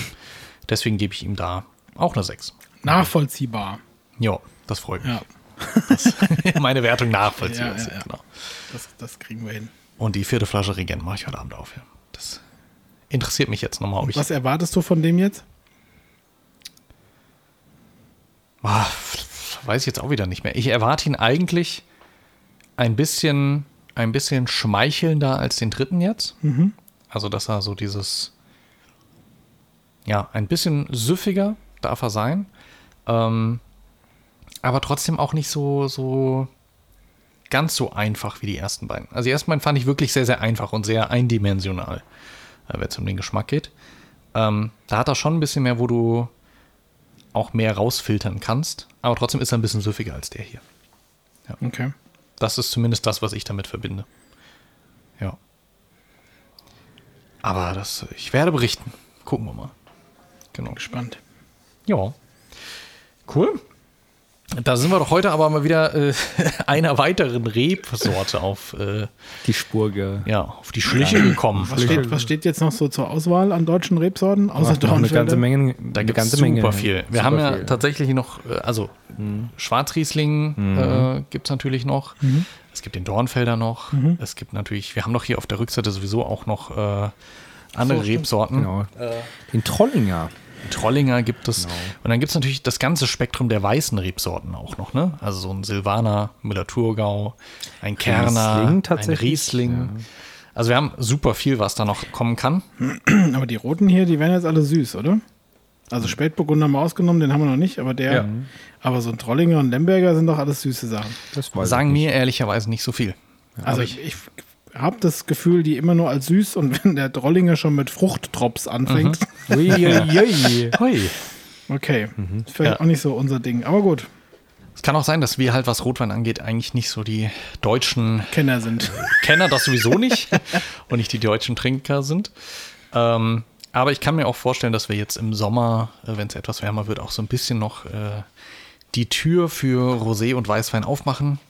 Deswegen gebe ich ihm da auch eine 6. Nachvollziehbar. Ja, das freut mich. Ja, Meine Wertung nachvollziehbar Ja, ist. ja, ja. Genau. das, das kriegen wir hin. Und die vierte Flasche Regent mache ich heute Abend auf. Ja. Das interessiert mich jetzt nochmal, ob ich. Was erwartest du von dem jetzt? Ah, weiß ich jetzt auch wieder nicht mehr. Ich erwarte ihn eigentlich ein bisschen, ein bisschen schmeichelnder als den dritten jetzt. Also, dass er so dieses, ja, ein bisschen süffiger darf er sein. Ähm, aber trotzdem auch nicht so, so ganz so einfach wie die ersten beiden. Also, die ersten beiden fand ich wirklich sehr, sehr einfach und sehr eindimensional, äh, wenn es um den Geschmack geht. Ähm, da hat er schon ein bisschen mehr, wo du auch mehr rausfiltern kannst. Aber trotzdem ist er ein bisschen süffiger als der hier. Okay. Das ist zumindest das, was ich damit verbinde. Ja. Aber das, ich werde berichten. Gucken wir mal. Genau. Gespannt. Ja. Cool. Da sind wir doch heute aber mal wieder äh, einer weiteren Rebsorte auf, äh, Die Spur ge ja, auf die Schliche gekommen. Was steht, was steht jetzt noch so zur Auswahl an deutschen Rebsorten? Außer noch eine ganze Dornfelder? Menge. Da eine gibt es ganze super Menge. ne? viel. Wir Super haben ja viel. tatsächlich noch, äh, also Schwarzriesling Mhm. äh, gibt es natürlich noch. Es gibt den Dornfelder noch. Mhm. Es gibt natürlich, wir haben doch hier auf der Rückseite sowieso auch noch äh, andere Rebsorten. Genau. Den Trollinger. Trollinger gibt es. Genau. Und dann gibt es natürlich das ganze Spektrum der weißen Rebsorten auch noch. Ne? Also so ein Silvaner, Müller-Thurgau, ein Kerner, ein tatsächlich, Riesling. Also wir haben super viel, was da noch kommen kann. Aber die roten hier, die werden jetzt alle süß, oder? Also Spätburgunder mal ausgenommen, den haben wir noch nicht, aber der, Mhm. Ja. aber so ein Trollinger und Lemberger sind doch alles süße Sachen. Das weiß Sagen mir ehrlicherweise nicht so viel. Also ich, ich habe das Gefühl, die immer nur als süß und wenn der Trollinger schon mit Fruchttrops anfängt, ich. Ui, ui, ui. Hui. okay, Mhm. ist vielleicht Ja. auch nicht so unser Ding. Aber gut, Es kann auch sein, dass wir halt, was Rotwein angeht, eigentlich nicht so die deutschen Kenner sind. Kenner das sowieso nicht und nicht die deutschen Trinker sind. Ähm, aber ich kann mir auch vorstellen, dass wir jetzt im Sommer, äh, wenn es etwas wärmer wird, auch so ein bisschen noch äh, die Tür für Rosé und Weißwein aufmachen.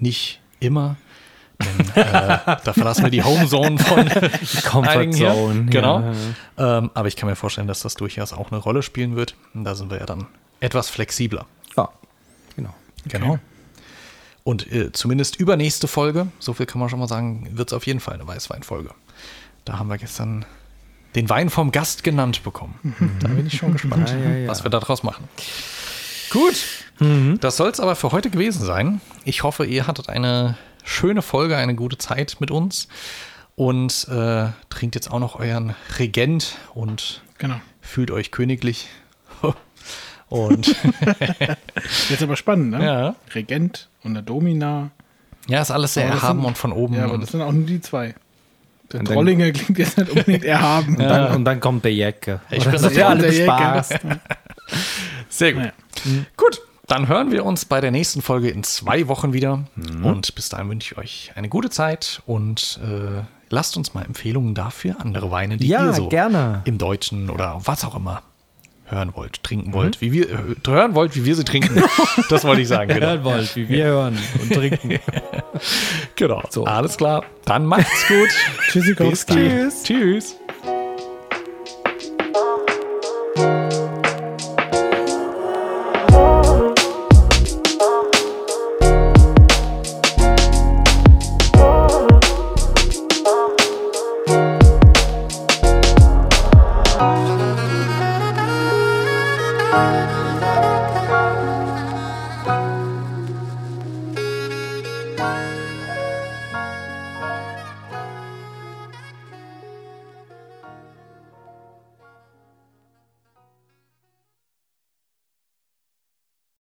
Nicht immer. Denn, äh, da verlassen wir die Homezone von einigen hier. Comfortzone, ja. Genau. Ähm, aber ich kann mir vorstellen, dass das durchaus auch eine Rolle spielen wird. Und da sind wir ja dann etwas flexibler. Ja, genau. Genau. Und äh, zumindest übernächste Folge, so viel kann man schon mal sagen, wird es auf jeden Fall eine Weißweinfolge. Da haben wir gestern den Wein vom Gast genannt bekommen. Da bin ich schon gespannt, Ja, ja, Hm. ja. was wir daraus machen. Gut, das soll es aber für heute gewesen sein. Ich hoffe, ihr hattet eine schöne Folge, eine gute Zeit mit uns und äh, trinkt jetzt auch noch euren Regent und Genau. fühlt euch königlich. Und Jetzt aber spannend, ne? Ja. Regent und eine Domina. ja, ist alles sehr Aber das erhaben sind- und von oben. Ja, aber und das sind auch nur die zwei. Der Und dann- Trollinger klingt jetzt nicht unbedingt erhaben. Und dann, und dann kommt der Jacke. Ich bin sind das wir alle der Jacke. bespaßt. Sehr gut. Mhm. Naja. Gut, dann hören wir uns bei der nächsten Folge in zwei Wochen wieder. Und bis dahin wünsche ich euch eine gute Zeit und äh, lasst uns mal Empfehlungen dafür, andere Weine, die Ja, ihr so gerne. im Deutschen oder was auch immer hören wollt, trinken wollt, wie wir äh, hören wollt, wie wir sie trinken. das wollte ich sagen. Genau. Hören wollt, wie wir hören und trinken. genau. Alles klar. Dann macht's gut. Tschüssikowski. Tschüss.